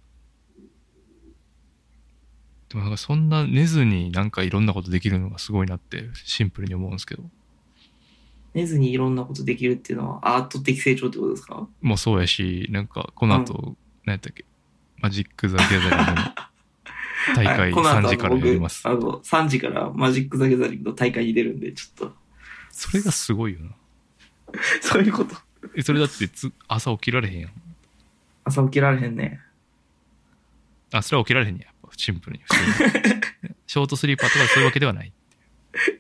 でもなんかそんな寝ずになんかいろんなことできるのがすごいなってシンプルに思うんですけど。
寝ずにいろんなことできるっていうのはアート的成長ってことですか
もうそうやし、なんかこの後、何やったっけ、マジック・ザ・ギャザ リングの大
は
会
いこの後
3時からやります
あ。の、僕あの3時からマジック・ザ・ギャザリングの大会に出るんで、ちょっと、
それがすごいよな。
そういうこと。
えそれだってつ朝起きられへんやん。
朝起きられへんね。
あ、それは起きられへんねんや。やっぱシン プルに。普通にショートスリーパーとかそういうわけではない。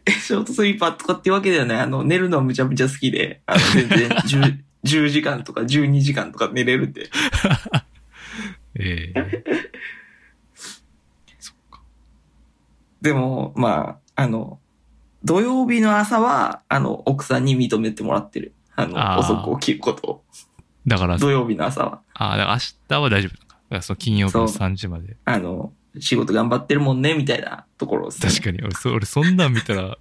えショートスリーパーとかっていうわけではない。あの、寝るのはむちゃむちゃ好きで、あの、全然10、10時間とか12時間とか寝れるんで。
ええそっか。
でも、まあ、あの、土曜日の朝は、あの、奥さんに認めてもらってる。あの、
あー
遅く起きることを。
だから、
土曜日の朝は。
あだから明日は大丈夫なのか。だからその金曜日の
そう
3時まで。
あの、仕事頑張ってるもんね、みたいなところですね、
確かに。俺そ、 俺そんなん見たら、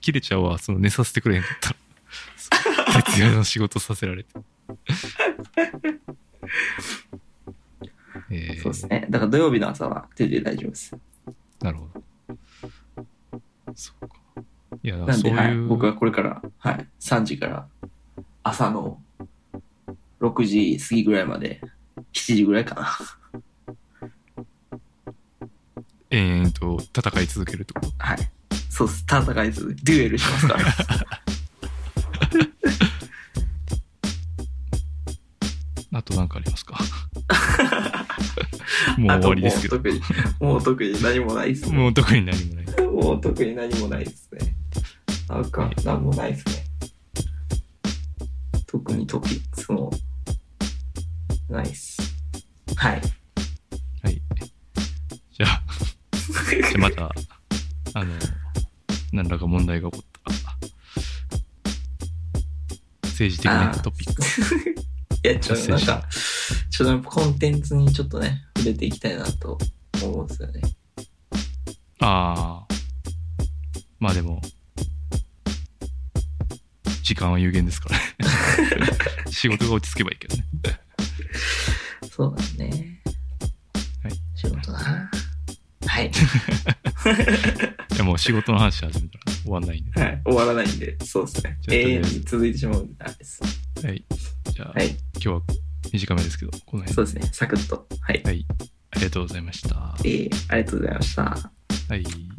切れちゃうわ。その寝させてくれへんかったら。徹夜の仕事させられて。ええ
そうですね。だから土曜日の朝は全然大丈夫です。
なるほど。そうか。いや、だか
な
ら
ん
そ
で、
う
はい
い、う。
僕はこれから、はい、3時から朝の6時過ぎぐらいまで、7時ぐらいかな。
延々と戦い続けるってこと
はい。そうっす。戦いず、デュエルしますから。
あと何かあります か もう終わりですけど
あともう特に、もう特に何もないっすね。
もう特に何もない
もう特に何もないっすね。なんか、何もないっすね。特にトピックスも、ないっす。はい。
はいじゃあじゃあまたあの何らか問題が起こった政治的なトピック
いや、ちょっとなんか、ちょっとやっぱコンテンツにちょっとね、触れていきたいなと思うんですよね。
ああまあでも時間は有限です からね仕事が落ち着けばいいけどね
そうだね。
はい。
仕事な。はい。
いやもう仕事の話始めたら終わんないんで
はい、終わらないんで、そうですね。
ちょっとね
永遠に続いてしまうんで、あれです。
はい。じゃあ、
はい、
今日は短めですけど、この
そう
辺。
ですね、サクッと。はい。
はい。ありがとうございました。は
えー、ありがとうございました。
い。